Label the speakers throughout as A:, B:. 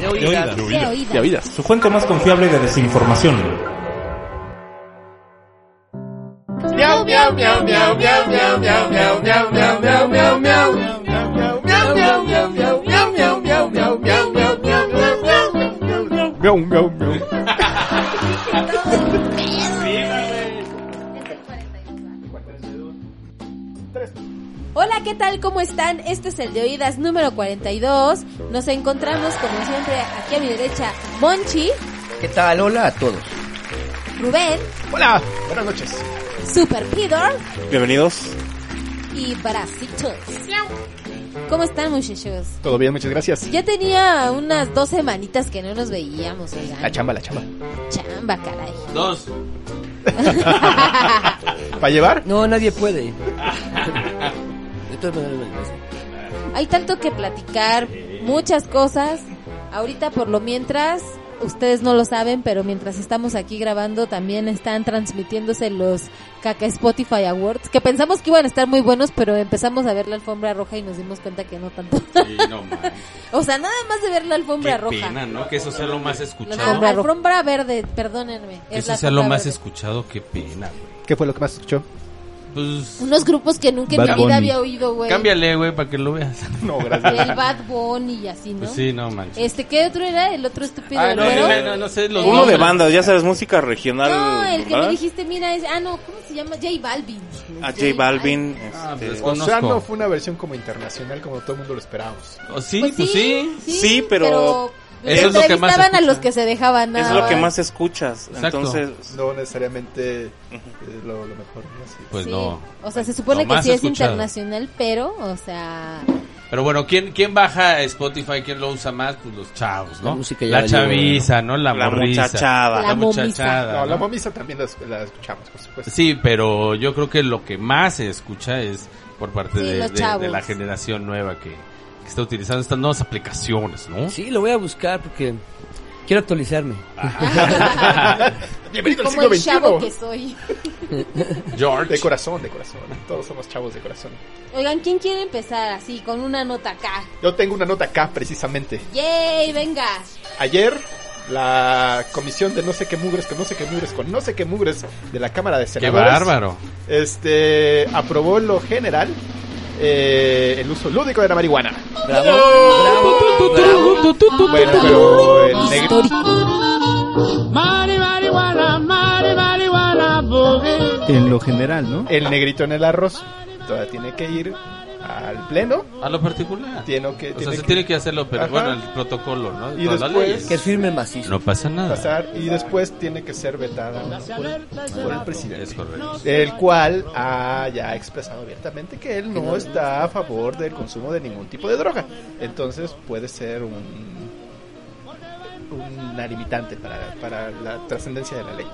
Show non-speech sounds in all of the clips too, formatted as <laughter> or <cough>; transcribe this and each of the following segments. A: De oídas.
B: De oídas.
C: De oídas.
A: Su fuente más confiable de desinformación.
D: Miau, miau, miau, miau, miau, miau, miau, miau, miau, miau, miau, miau, miau. Miau, miau, miau, miau, miau, miau, miau, miau, miau, miau, miau, miau, miau, miau, miau, miau, miau.
C: Miau, miau, miau.
B: Hola, ¿qué tal? ¿Cómo están? Este es el de oídas número 42. Nos encontramos, como siempre, aquí a mi derecha, Monchi,
E: ¿Qué tal? Hola a todos.
B: Rubén,
C: Hola, buenas noches.
B: Super Peter
A: Bienvenidos.
B: y Parasitos. ¿Cómo están, muchachos?
C: Todo bien, muchas gracias.
B: Ya tenía unas dos semanitas que no nos veíamos,
C: La
B: oigan.
C: chamba, la chamba.
B: Chamba, caray.
F: Dos.
C: ¿Para llevar?
E: No,
C: <laughs>
E: nadie puede. De todas maneras, me parece.
B: Hay tanto que platicar, muchas cosas. Ahorita por lo mientras, ustedes no lo saben, pero mientras estamos aquí grabando también están transmitiéndose los Caca Spotify Awards, que pensamos que iban a estar muy buenos, pero empezamos a ver la alfombra roja y nos dimos cuenta que no tanto. <laughs>
F: Sí, no mames.
B: o sea, nada más de ver la alfombra
F: Qué
B: roja.
F: pena, ¿no? Que eso sea lo más
B: La
F: escuchado.
B: alfombra, alfombra verde, perdónenme. es
F: Que eso
B: la
F: sea lo
B: alfombra
F: más
B: verde.
F: escuchado, qué pena, güey.
C: ¿Qué fue lo que más escuchó?
F: Pues
B: Unos grupos que nunca en
C: Bad
B: mi vida
C: Bunny.
B: había oído, güey.
F: cámbiale, güey, para que lo veas.
C: <laughs> No,
B: El Bad Bunny y así, ¿no?
F: Pues sí, no manches.
B: Este, ¿qué otro era? El otro estúpido.
F: Ah, no,
B: güero?
F: no, no, no sé, los
B: Uno
A: Uno
F: nombres.
A: de bandas, ya sabes, música regional.
B: No, el que me
A: ¿verdad?
B: dijiste, mira, es. Ah, no, ¿cómo se llama? J Balvin.
A: A J Balvin.
F: Ah,
A: este,
F: pues,
C: O sea,
F: Conozco.
C: no fue una versión como internacional como todo el mundo lo esperábamos.
F: Oh, sí, pues, sí.
A: Sí, pero-
F: Eso es lo que más
B: entrevistaban a
F: escucha.
B: los que se dejaban.
A: es
B: nada
A: lo que
B: más.
A: más escuchas.
F: Exacto.
A: Entonces,
C: No necesariamente eh, lo, lo mejor. ¿no? Sí.
F: Pues
B: Sí.
F: no.
B: O sea, se supone
F: Lo
B: que
F: más
B: sí es
F: escuchado.
B: internacional, pero, o sea.
F: Pero bueno, ¿quién, ¿quién baja Spotify? ¿Quién lo usa más? Pues los chavos, ¿no?
E: La música ya
F: La
E: valió,
F: chaviza, ¿no? La,
A: la
F: morriza.
A: muchachada.
B: La
F: La
B: momisa.
F: muchachada.
C: No, la
F: ah, ¿no?
C: momisa también la, la escuchamos, por supuesto.
F: <laughs> Sí, pero yo creo que lo que más se escucha es por parte
B: Sí,
F: de,
B: los
F: de- de
B: chavos.
F: la generación nueva que, que está utilizando estas nuevas aplicaciones, ¿no?
E: ¿Eh? Sí, lo voy a buscar porque quiero actualizarme.
C: <laughs> Bienvenido al
B: como
C: siglo
B: el chavo que
C: XXI.
B: soy.
F: George.
C: De corazón, de corazón. Todos somos chavos de corazón.
B: Oigan, ¿quién quiere empezar así, con una nota acá?
C: Yo tengo una nota acá, precisamente.
B: ¡Yay! Venga.
C: Ayer, la comisión de no sé qué mugres, con no sé qué mugres, con no sé qué mugres de la Cámara de
F: Qué
C: Senadores.
F: bárbaro.
C: Este, aprobó en lo general eh, el uso lúdico de la marihuana.
E: Bravo, bravo, bravo.
C: Bueno, pero el negro...
G: En lo general, ¿no?
C: el negrito en el arroz todavía tiene que ir al pleno
F: A lo particular.
C: tiene que,
F: o sea,
C: tiene
F: se
C: que
F: tiene que hacerlo, pero
C: Ajá.
F: bueno, el protocolo, ¿no?
C: Y
F: Todas las
C: después-
F: leyes.
E: Que firme macizo.
F: No pasa nada.
C: pasar y después tiene que ser vetada por, por el
F: Es
C: presidente
F: correcto.
C: el cual ha ya expresado abiertamente que él no está a favor del consumo de ningún tipo de droga entonces puede ser un una limitante para, para la trascendencia de la ley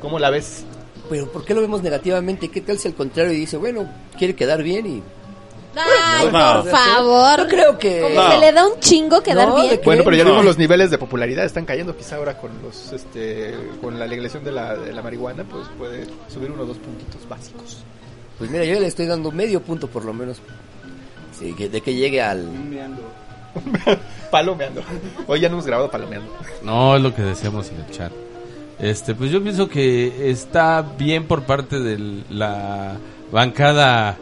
C: ¿Cómo la ves?
E: Pero ¿por qué lo vemos negativamente? ¿Qué tal si al contrario y dice, bueno, quiere quedar bien y...
B: Ay,
A: No.
B: por favor.
E: No creo que-
B: Como
A: No.
B: se le da un chingo quedar
E: No,
B: bien.
E: de-
C: Bueno, pero ya
A: No.
C: vimos los niveles de popularidad están cayendo. Quizá ahora con los, este, con la legalización de la, de la marihuana, pues puede subir unos dos puntitos básicos.
E: Pues mira, yo le estoy dando medio punto por lo menos. Sí, que- de que llegue al...
C: Palomeando. Hoy ya no hemos grabado palomeando.
F: No, es lo que decíamos en el chat. Este, pues yo pienso que está bien por parte de la bancada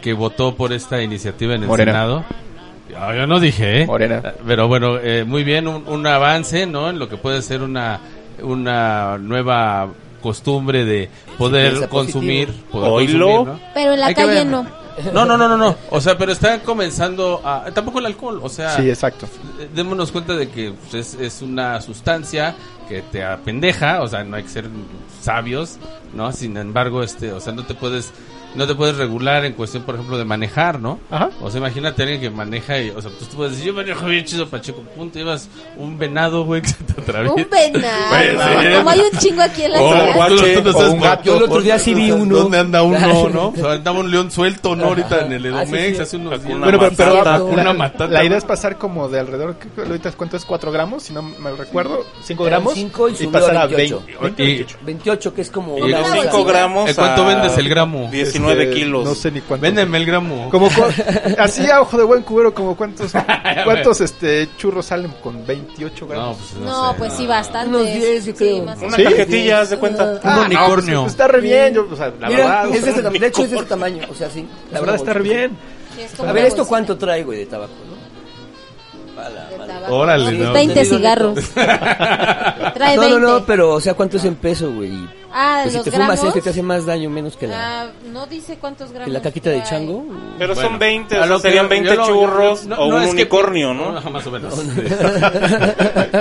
F: que votó por esta iniciativa en el
C: Morena.
F: Senado. Ah, Yo no dije, ¿eh?
C: Morena.
F: Pero bueno, eh, muy bien, un, un avance, ¿no? En lo que puede ser una, una nueva costumbre de poder
E: piensa
F: consumir.
E: positivo.
F: Poder
A: Oílo.
F: consumir, ¿no?
B: Pero en la
F: Hay que
B: calle
F: ver.
B: no.
F: No, no, no, no, no. O sea, pero está comenzando a... Tampoco el alcohol, o sea...
C: Sí, exacto.
F: Eh, démonos cuenta de que pues, es, es una sustancia que te apendeja, o sea, no hay que ser sabios, ¿no? Sin embargo, este, o sea, no te puedes no te puedes regular en cuestión, por ejemplo, de manejar, ¿no?
C: Ajá.
F: O sea, imagínate a alguien que maneja y, o sea, pues tú puedes decir, yo manejo bien chido, Pacheco, punto, llevas un venado, güey, <laughs> que se te atraviesa.
B: Un penal.
F: Pues,
B: Como hay un chingo aquí en la
F: O
B: ciudad.
F: tú- tú no
C: o
F: sabes
C: un
F: por-
C: gato.
E: Yo el otro día sí vi uno.
F: ¿Dónde anda <laughs> uno, no? O sea, andaba un león suelto, ¿no? Ahorita en el
E: Ah, sí,
F: Edomex,
E: sí.
F: hace unos días.
A: Bueno, pero- pero-
F: Matata,
E: la-
F: una matata.
C: La idea es pasar como de alrededor, creo que ahorita es- cuánto es, 4 gramos, si no mal recuerdo, 5
E: Eran
C: gramos
E: cinco y subió a
C: pasar a
E: 28.
C: 20.
F: Y-
E: 28, que es como...
B: Y-
E: una
B: Una
E: bolsa.
B: bolsita.
A: 5 gramos.
F: ¿En cuánto
A: a
F: vendes el gramo?
A: 19 kilos.
C: Este, No sé ni cuánto.
F: Véndeme el gramo.
C: Como cu- así a ojo de buen cubero, como cuántos cuántos este churros salen con 28
F: No,
C: gramos.
F: pues no
B: No,
F: sé.
B: pues sí, bastante.
E: Ah, Unos 10, yo creo.
A: Una
C: ¿Sí?
A: cajetilla, haz de cuenta.
F: un unicornio.
C: pues, está re bien, yo, o sea, la
E: Mira,
C: verdad. Pues o
E: es de,
C: sea,
E: ese tama- de hecho es de ese tamaño, o sea, sí.
C: la verdad está re bien.
E: A ver, ¿esto cuánto trae, güey, de tabaco, no? A la madre.
F: Órale, no.
B: 20 cigarros. Trae
E: No,
B: 20.
E: no, no, pero, o sea, ¿cuánto es en peso, güey? Y,
B: Ah,
E: Pues si
B: los
E: te
B: gramos.
E: fumas este, te hace más daño menos que la,
B: Ah, no dice cuántos gramos.
E: que la caquita de
B: trae.
E: chango.
A: Pero
F: Bueno,
A: son 20, o
F: a
A: sea,
F: lo que-
A: serían
F: yo
A: 20
F: lo- yo-
A: churros
F: no,
A: o
F: no,
A: un
F: es que-
A: unicornio, ¿no?
F: Ajá, más
A: <laughs>
F: o menos. <laughs>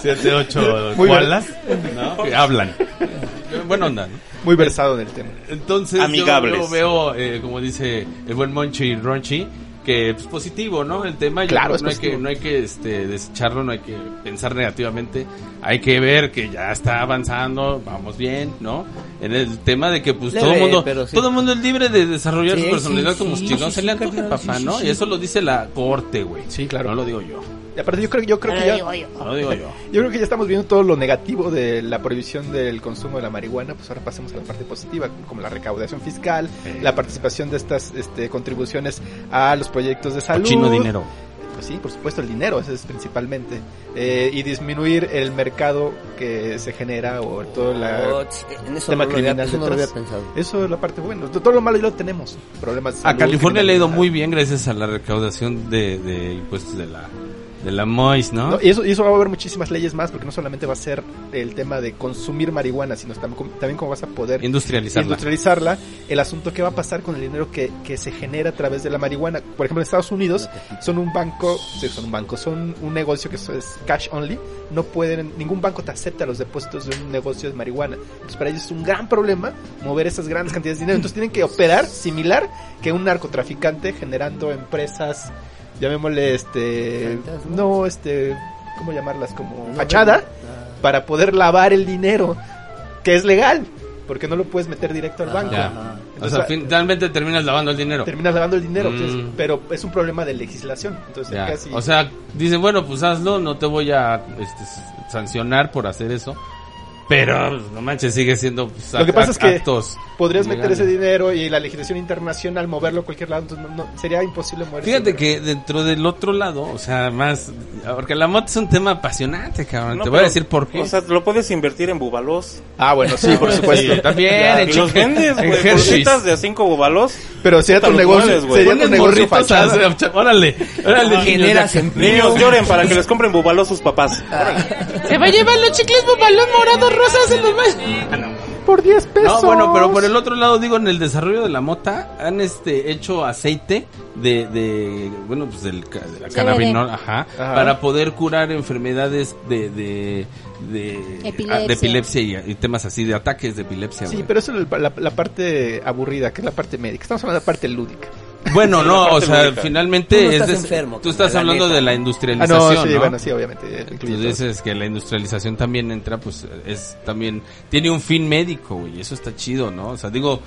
F: 7, 8
C: Muy
F: koalas, ¿no? Que hablan. Buena onda. ¿no?
C: Muy versado en el tema.
F: Entonces, yo-
A: Amigables.
F: Yo, veo, eh, como dice el buen Monchi y Ronchi, que es positivo, ¿no? El tema, yo
C: Claro,
F: creo
C: es
F: no, hay que,
C: positivo.
F: no hay que este, desecharlo, no hay que pensar negativamente. Hay que ver que ya está avanzando, vamos bien, ¿no? En el tema de que, pues,
E: Leve,
F: todo el mundo,
E: pero sí.
F: todo el mundo es libre de desarrollar
E: Sí,
F: su personalidad
E: sí,
F: como
E: sí,
F: chingón
E: sí,
F: se le
E: sí,
F: antoje,
E: carnal,
F: papá,
E: sí,
F: ¿no?
E: sí,
F: Y
E: sí.
F: eso lo dice la corte, güey.
C: Sí, claro.
F: No lo digo yo.
C: Y aparte yo creo yo creo que ya
F: No lo digo yo.
C: yo creo que ya estamos viendo todo lo negativo de la prohibición del consumo de la marihuana, pues ahora pasemos a la parte positiva, como la recaudación fiscal,
F: Eh.
C: la participación de estas este, contribuciones a los proyectos de <laughs> salud.
F: Chino dinero.
C: Pues sí, por supuesto, el dinero, ese es principalmente. Eh, y disminuir el mercado que se genera o todo
E: Oh,
C: la...
E: ch- en eso
C: tema
E: no lo había,
C: criminal
E: eso no lo
C: detrás.
E: había pensado.
C: Eso es la parte buena. Todo lo malo ya lo tenemos. Problemas de
F: A
C: salud,
F: California le ha ido
C: criminalidad.
F: muy bien gracias a la recaudación de, de impuestos de la, de la MOIS, ¿no?
C: No, y eso, y eso va a haber muchísimas leyes más, porque no solamente va a ser el tema de consumir marihuana, sino tam- también cómo vas a poder
F: Industrializarla.
C: industrializarla. El asunto que va a pasar con el dinero que, que se genera a través de la marihuana. Por ejemplo, en Estados Unidos son un banco, sí, son un banco, son un negocio que eso es cash only. No pueden, ningún banco te acepta los depósitos de un negocio de marihuana. Entonces para ellos es un gran problema mover esas grandes cantidades de dinero. Entonces tienen que operar similar que un narcotraficante generando empresas, llamémosle este,
E: Fantasmas.
C: no este, ¿cómo llamarlas? Como fachada
E: Ah.
C: para poder lavar el dinero, que es legal, porque no lo puedes meter directo al
E: Ajá.
C: banco.
F: Ya. o
C: Entonces, ah,
F: sea, finalmente terminas lavando el dinero.
C: terminas lavando el dinero, entonces,
F: Mm.
C: pero es un problema de legislación. Entonces,
F: Ya.
C: casi-
F: O sea, dicen, bueno, pues hazlo, no te voy a este, sancionar por hacer eso. Pero, no manches, sigue siendo pues,
C: Lo que
F: act-
C: pasa es que-
F: actos
C: podrías meter
F: ilegales.
C: ese dinero y la legislación internacional moverlo a cualquier lado, entonces no- no- sería imposible mover ese
F: Fíjate
C: dinero.
F: que dentro del otro lado, o sea, más... Porque la moto es un tema apasionante, cabrón.
A: No,
F: te voy a
A: pero,
F: decir por qué.
A: <laughs> O sea, lo puedes invertir en bubalos.
C: Ah, bueno, sí, por supuesto.
F: <laughs> Sí, también, en
A: Y los
F: Chick-
A: vendes,
F: en
A: güey.
F: Hershey's.
A: Bolsitas de a 5 bubalos.
C: Pero sería
A: Puta,
C: tu
A: los
C: negocio,
A: mueves, güey.
C: sería tu
F: Ponen
C: negocio
F: morritos a-
C: fachada.
F: a- Órale, órale, niños,
E: Generas
F: ya-
E: empleo.
A: Niños lloren para que les compren bubalos sus papás.
F: Se va a llevar los chicles bobalón morados, rosas en los más.
C: Por 10
F: No,
C: pesos.
F: bueno, pero por el otro lado, digo, en el desarrollo de la mota, han este hecho aceite de, de bueno, pues del ca- de la
B: CBD.
F: cannabinol, ajá,
C: Ajá.
F: para poder curar enfermedades de, de, de,
B: Epilepsia.
F: ah, de epilepsia y, y temas así, de ataques de epilepsia.
C: Sí,
F: güey.
C: pero eso es la, la- la parte aburrida, que es la parte médica. Estamos hablando de la parte lúdica. <laughs>
F: Bueno, no, o
A: parte
F: sea,
A: lúdica.
F: finalmente
E: Tú no
F: es
E: estás
F: de-
E: enfermo,
F: tú estás
E: la
F: hablando
E: neta.
F: de la
C: Ah,
F: industrialización,
C: no, sí,
F: ¿no?
C: bueno, sí, obviamente. eh, incluye
F: Tú
C: todo.
F: dices que la industrialización también entra, pues es también tiene un fin médico, güey. Eso está chido, ¿no? O sea, digo,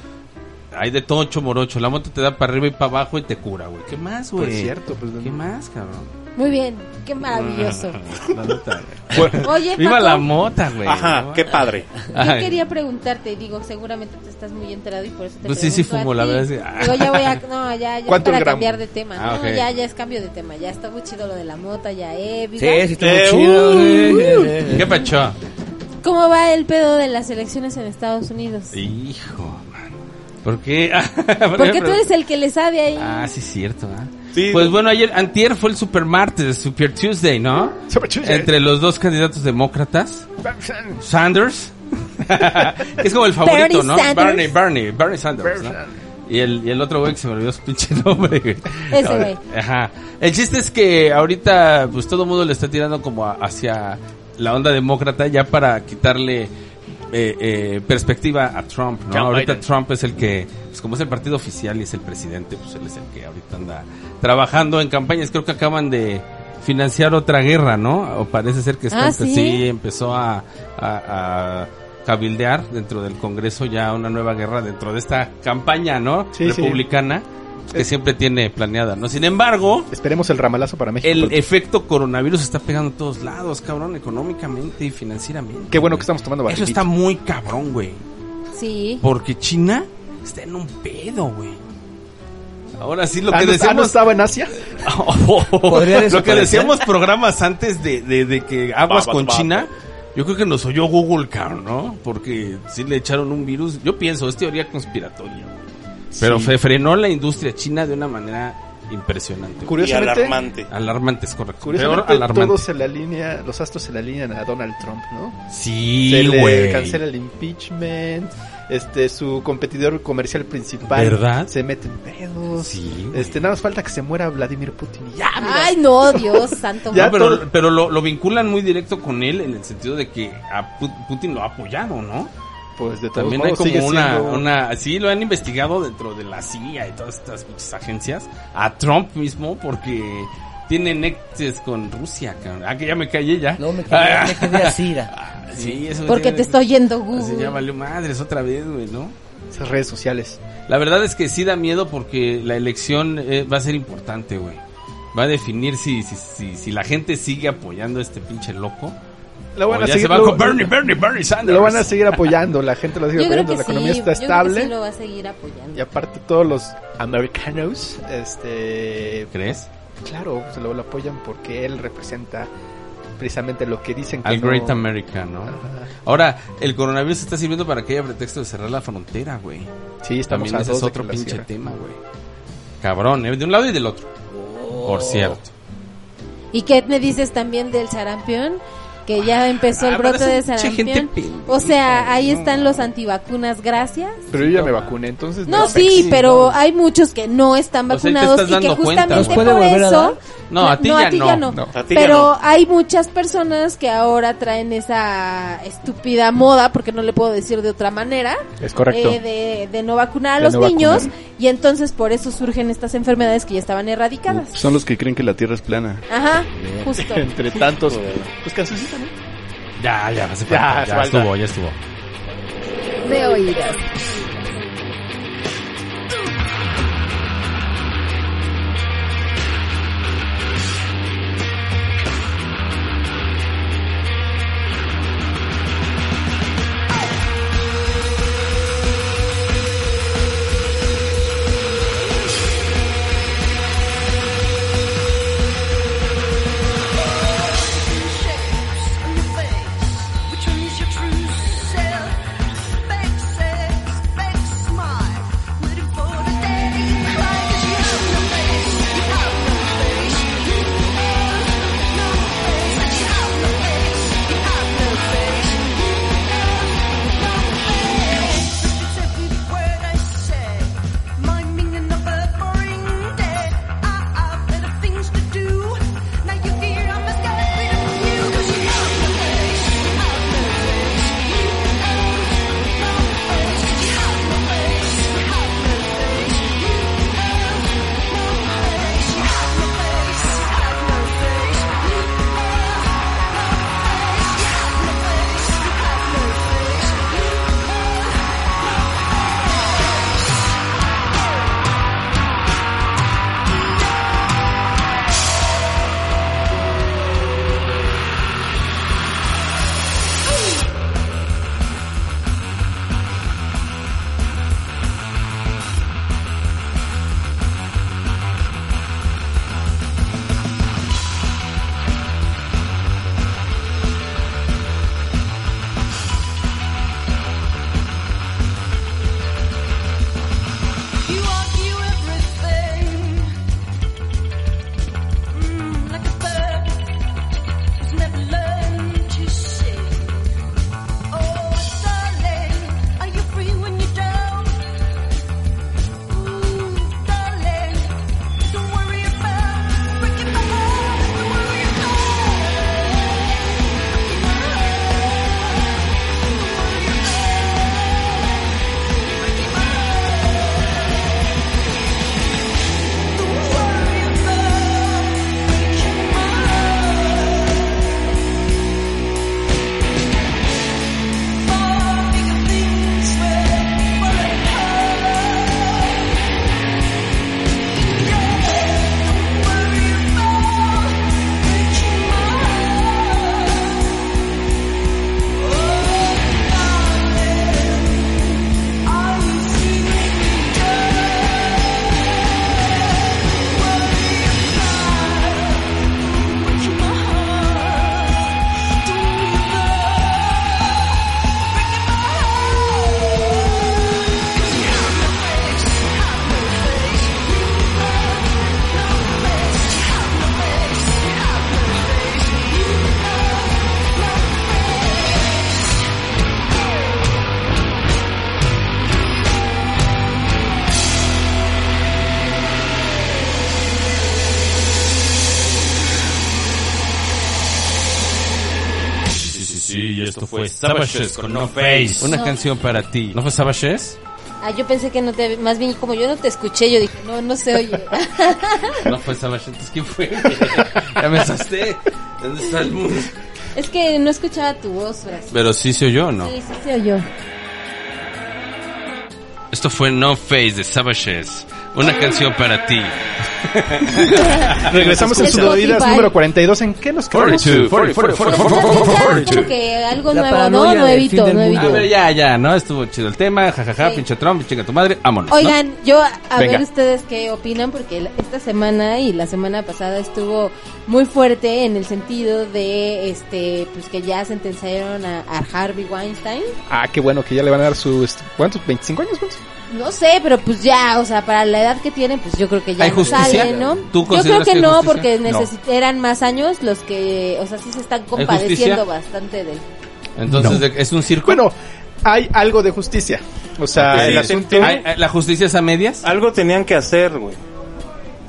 F: hay de tocho morocho. La moto te da para arriba y para abajo y te cura, güey. ¿Qué más, güey?
C: Por cierto, pues,
F: ¿Qué más, cabrón?
B: Muy bien, qué
E: <laughs>
B: maravilloso.
F: <laughs> La neta, güey.
B: Oye,
F: Viva
B: Paco,
F: la mota, güey.
A: Ajá, qué padre.
B: Yo
F: Ay.
B: quería preguntarte, y digo, seguramente tú estás muy enterado y por eso te
F: Pues sí, sí
B: pregunto a
F: fumo, la
B: ti.
F: verdad es que-
B: Digo, ya voy
F: <laughs>
B: a, no, ya, ya es
C: ¿Cuántos
B: para
C: gramos?
B: cambiar de tema.
F: Ah,
B: no,
F: ok.
B: ya, ya es cambio de tema. Ya está muy chido lo de la mota, ya eh,
E: Sí,
B: vida.
E: sí, está muy
A: Eh,
E: chido,
A: uh,
E: güey.
F: ¿Qué pacho?
B: ¿Cómo va el pedo de las elecciones en Estados Unidos?
F: Hijo, man. ¿Por qué? <laughs>
B: Porque tú eres el que le sabe ahí.
F: Ah, sí, cierto, ¿ah?
A: Sí.
F: Pues bueno, ayer, antier fue el Super Martes, Super Tuesday, ¿no?
C: Super Tuesday.
F: Entre los dos candidatos demócratas. Sanders. <laughs> que es como el favorito,
B: Bernie
F: ¿no?
B: Sanders.
F: Barney, Barney, Barney Sanders, ¿no? Y el, y el otro güey que se me olvidó su pinche <laughs> nombre, güey.
B: Ese
F: Ahora,
B: güey.
F: Ajá. El chiste es que ahorita, pues todo el mundo le está tirando como a- hacia la onda demócrata ya para quitarle eh, eh, perspectiva a Trump, ¿no? ahorita Trump es el que, pues como es el partido oficial y es el presidente, pues él es el que ahorita anda trabajando en campañas. Creo que acaban de financiar otra guerra, ¿no? O parece ser que está
B: Ah,
F: empe-
B: ¿sí?
F: empezó a, a- a cabildear dentro del Congreso ya una nueva guerra dentro de esta campaña, ¿no?
C: Sí, sí.
F: Republicana que siempre tiene planeada, ¿no? Sin embargo,
C: Esperemos el ramalazo para México.
F: el
C: porque-
F: efecto coronavirus está pegando a todos lados, cabrón, económicamente y financieramente.
C: Qué bueno
F: güey.
C: que estamos tomando
F: Eso
C: barrilito.
F: está muy cabrón, güey.
B: Sí.
F: Porque China está en un pedo, güey. Ahora sí, lo
C: Ah,
F: que
C: no- ah, no
F: decíamos...
C: estaba en Asia?
F: <laughs>
E: Podría
F: lo que
E: desaparecer.
F: decíamos programas antes de, de, de que
A: Babas,
F: aguas con
A: babas.
F: China, yo creo que nos oyó Google Car, ¿no? Porque sí le echaron un virus. Yo pienso, es teoría conspiratoria. güey. Pero se frenó la industria china de una manera impresionante. güey.
A: Y
C: Curiosamente,
A: alarmante.
F: Alarmante, es correcto. Peor
C: curiosamente
F: alarmante.
C: todos se la alinea, los astros se la alinean a Donald Trump, ¿no? se
F: Sí,
C: le
F: güey.
C: cancela el impeachment. Este, su competidor comercial principal
F: ¿Verdad?
C: se mete en pedos.
F: Sí, güey.
C: este, nada más falta que se muera Vladimir Putin y ya.
F: Ah,
B: Ay, no, Dios santo.
C: Ya
F: No, pero,
C: todo-
F: pero lo, lo vinculan muy directo con él en el sentido de que a Pu- Putin lo ha apoyado, ¿no?
C: Pues de todos
F: También hay
C: modos sigue
F: como una,
C: siendo-
F: una... Sí, lo han investigado dentro de la CIA y todas estas pinches agencias. A Trump mismo porque tiene nexos con Rusia, cabrón. Ah, que ya me callé ya.
E: No, me quedé,
F: Ah,
E: me quedé
F: <laughs>
E: así. Ira.
F: sí, eso
B: Porque
F: tiene-
B: te estoy yendo
F: Así ya
B: Google.
F: valió madres otra vez, güey, ¿no?
C: Esas redes sociales.
F: La verdad es que sí da miedo porque la elección eh, va a ser importante, güey. Va a definir si, si, si, si la gente sigue apoyando a este pinche loco.
C: Lo van,
F: o
C: a
F: Oh, ya
C: seguir,
F: se va
C: lo-
F: con Bernie, Bernie, Bernie Sanders.
C: lo van a seguir apoyando, la gente lo sigue
B: Yo creo
C: apoyando,
B: que
C: la
B: sí,
C: economía está
B: yo creo que
C: estable.
B: sí lo va a seguir apoyando.
C: Y aparte todos los americanos, este,
F: ¿Crees?
C: claro, se lo, lo apoyan porque él representa precisamente lo que dicen que
F: Al
C: Ah, no-
F: Great America, ¿no?
C: Ajá.
F: Ahora, el coronavirus está sirviendo para que haya pretexto de cerrar la frontera, güey.
C: Sí, estamos
F: También
C: a
F: ese
C: dos
F: es
C: de
F: otro
C: que la
F: pinche
C: cierren.
F: tema, güey. Cabrón, ¿eh? De un lado y del otro, por cierto.
B: ¿Y qué me dices también del sarampión? Que ya empezó el
F: Ah,
B: brote
F: parece
B: de
F: mucha
B: sarampión.
F: gente pendeja,
B: O sea, ahí
F: no.
B: están los antivacunas, gracias.
C: Pero yo ya me vacuné, entonces...
B: No,
C: afecta.
B: sí, pero hay muchos que no están
F: O sea, ahí te
B: vacunados
F: estás
B: y que
F: dando cuenta,
B: justamente
F: güey.
E: ¿Puede
B: por
E: volver a
B: eso...
E: dar?
F: No, a ti ya no.
C: No.
A: A ti ya
B: Pero
A: no.
B: hay muchas personas que ahora traen esa estúpida moda, porque no le puedo decir de otra manera,
C: Es correcto.
B: eh, de, de no vacunar a
C: De
B: los
C: no
B: niños
C: vacunar.
B: y entonces por eso surgen estas enfermedades que ya estaban erradicadas.
H: Son los que creen que la Tierra es plana.
B: Ajá, justo.
C: Entre tantos... Pues cancioncita, ¿no?
F: Ya, ya, hace
C: Ya,
F: falta,
C: hace
F: ya
C: falta.
F: estuvo, ya estuvo.
B: De oídas.
I: Which one is your true self? Fake sex, fake
J: Mm, Oh, Mm,
F: sí, esto fue Savages con No Face. Una
B: No.
F: canción para ti. ¿No fue Savages?
B: Ah, yo pensé que no te... Más bien, como yo no te escuché, yo dije, no, no se
C: <laughs>
B: oye.
F: No fue Savages, entonces ¿quién fue? ya me asusté. ¿Dónde está el mundo?
B: es que no escuchaba tu voz, Francisco.
F: Pero sí se oyó, ¿no?
B: Sí, sí se oyó.
F: Esto fue No Face de Savages. Una canción para ti.
C: Regresamos en
B: Es
C: Sudovidas
B: Spotify.
C: número 42. ¿En qué nos quedamos?
F: 42, 42,
B: Pues ya
C: <laughs>
B: ahorita como que algo
E: La
B: nuevo,
E: paranoia
B: ¿no?
E: del fin
B: Nuevito,
E: del
F: A
E: mundo.
B: nuevito.
F: ver, ya, ya, ¿no? Estuvo chido el tema. Jajaja, ja, ja,
B: Sí.
F: pinche Trump, chinga tu madre. Vámonos. ¿no?
B: Oigan, yo a
C: Venga.
B: ver ustedes qué opinan porque la- esta semana y la semana pasada estuvo muy fuerte en el sentido de este pues que ya sentenciaron a, a Harvey Weinstein.
C: Ah, qué bueno que ya le van a dar su. este, ¿Cuántos? ¿25 años? ¿Cuántos?
B: No sé, pero pues ya, o sea, para la edad que tienen, pues yo creo que ya
F: ¿Hay
B: no
F: justicia?
B: sale, ¿no?
F: ¿Tú
B: yo
F: consideras
B: creo que,
F: que hay
B: no
F: justicia?
B: porque
F: No.
B: necesit- eran más años los que, o sea, sí se están compadeciendo bastante de él.
F: Entonces, de- ¿es un circo? Eh,
C: Bueno, hay algo de justicia. O sea,
F: Sí.
C: el asunto. Ah,
F: ¿Hay- hay- ¿La justicia es a medias?
A: Algo tenían que hacer, güey.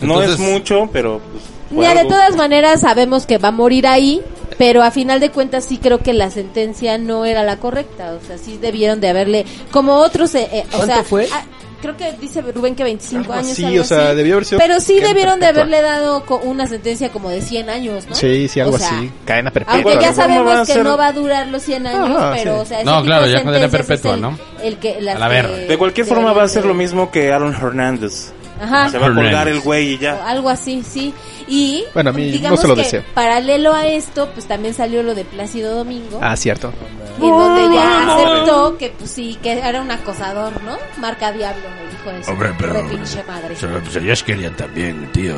A: No
F: Entonces-
A: es mucho, pero... Pues, fue
B: Mira, de
A: algo.
B: todas maneras sabemos que va a morir ahí, pero a final de cuentas sí creo que la sentencia no era la correcta, o sea, sí debieron de haberle, como otros, eh, eh, o
E: ¿Cuánto
B: sea,
E: fue?
B: ah, creo que dice Rubén que 25
C: Algo
B: años.
C: así,
B: algo
C: o sea,
B: así.
C: debió haber sido
B: Pero sí
C: cadena
B: debieron de
C: perpetua.
B: haberle dado co- una sentencia como de 100 años, ¿no?
C: Sí, sí, algo
B: O sea,
C: así. Cadena
B: Aunque
C: perpetua.
A: Bueno,
B: ya
A: ¿cómo
C: algo.
A: van a
B: sabemos que
A: ser?
B: no va a durar los 100 años,
C: Ah,
B: pero
C: sí.
B: o sea, ese
F: No,
B: tipo
F: claro,
B: de
F: ya cadena
B: sentencias es
F: perpetua,
B: el-
F: ¿no?
B: El que, las
F: A la
B: que
F: verga.
A: De cualquier forma va a ser lo
B: deberían
A: mismo que Aaron Hernández.
B: de- Ajá.
A: Se va a colgar
F: Hernández.
A: el güey y
B: o
A: ya.
B: algo así, sí. Y
C: Bueno, a mí no
B: digamos
C: se lo
B: que
C: deseo.
B: paralelo a esto, pues también salió lo de Plácido Domingo,
C: Ah, cierto.
B: en donde ya aceptó que pues sí, que era un acosador, ¿no? Marca diablo, me dijo eso.
F: Hombre, pero-
B: De pinche madre.
F: Pues ellas querían también, tío.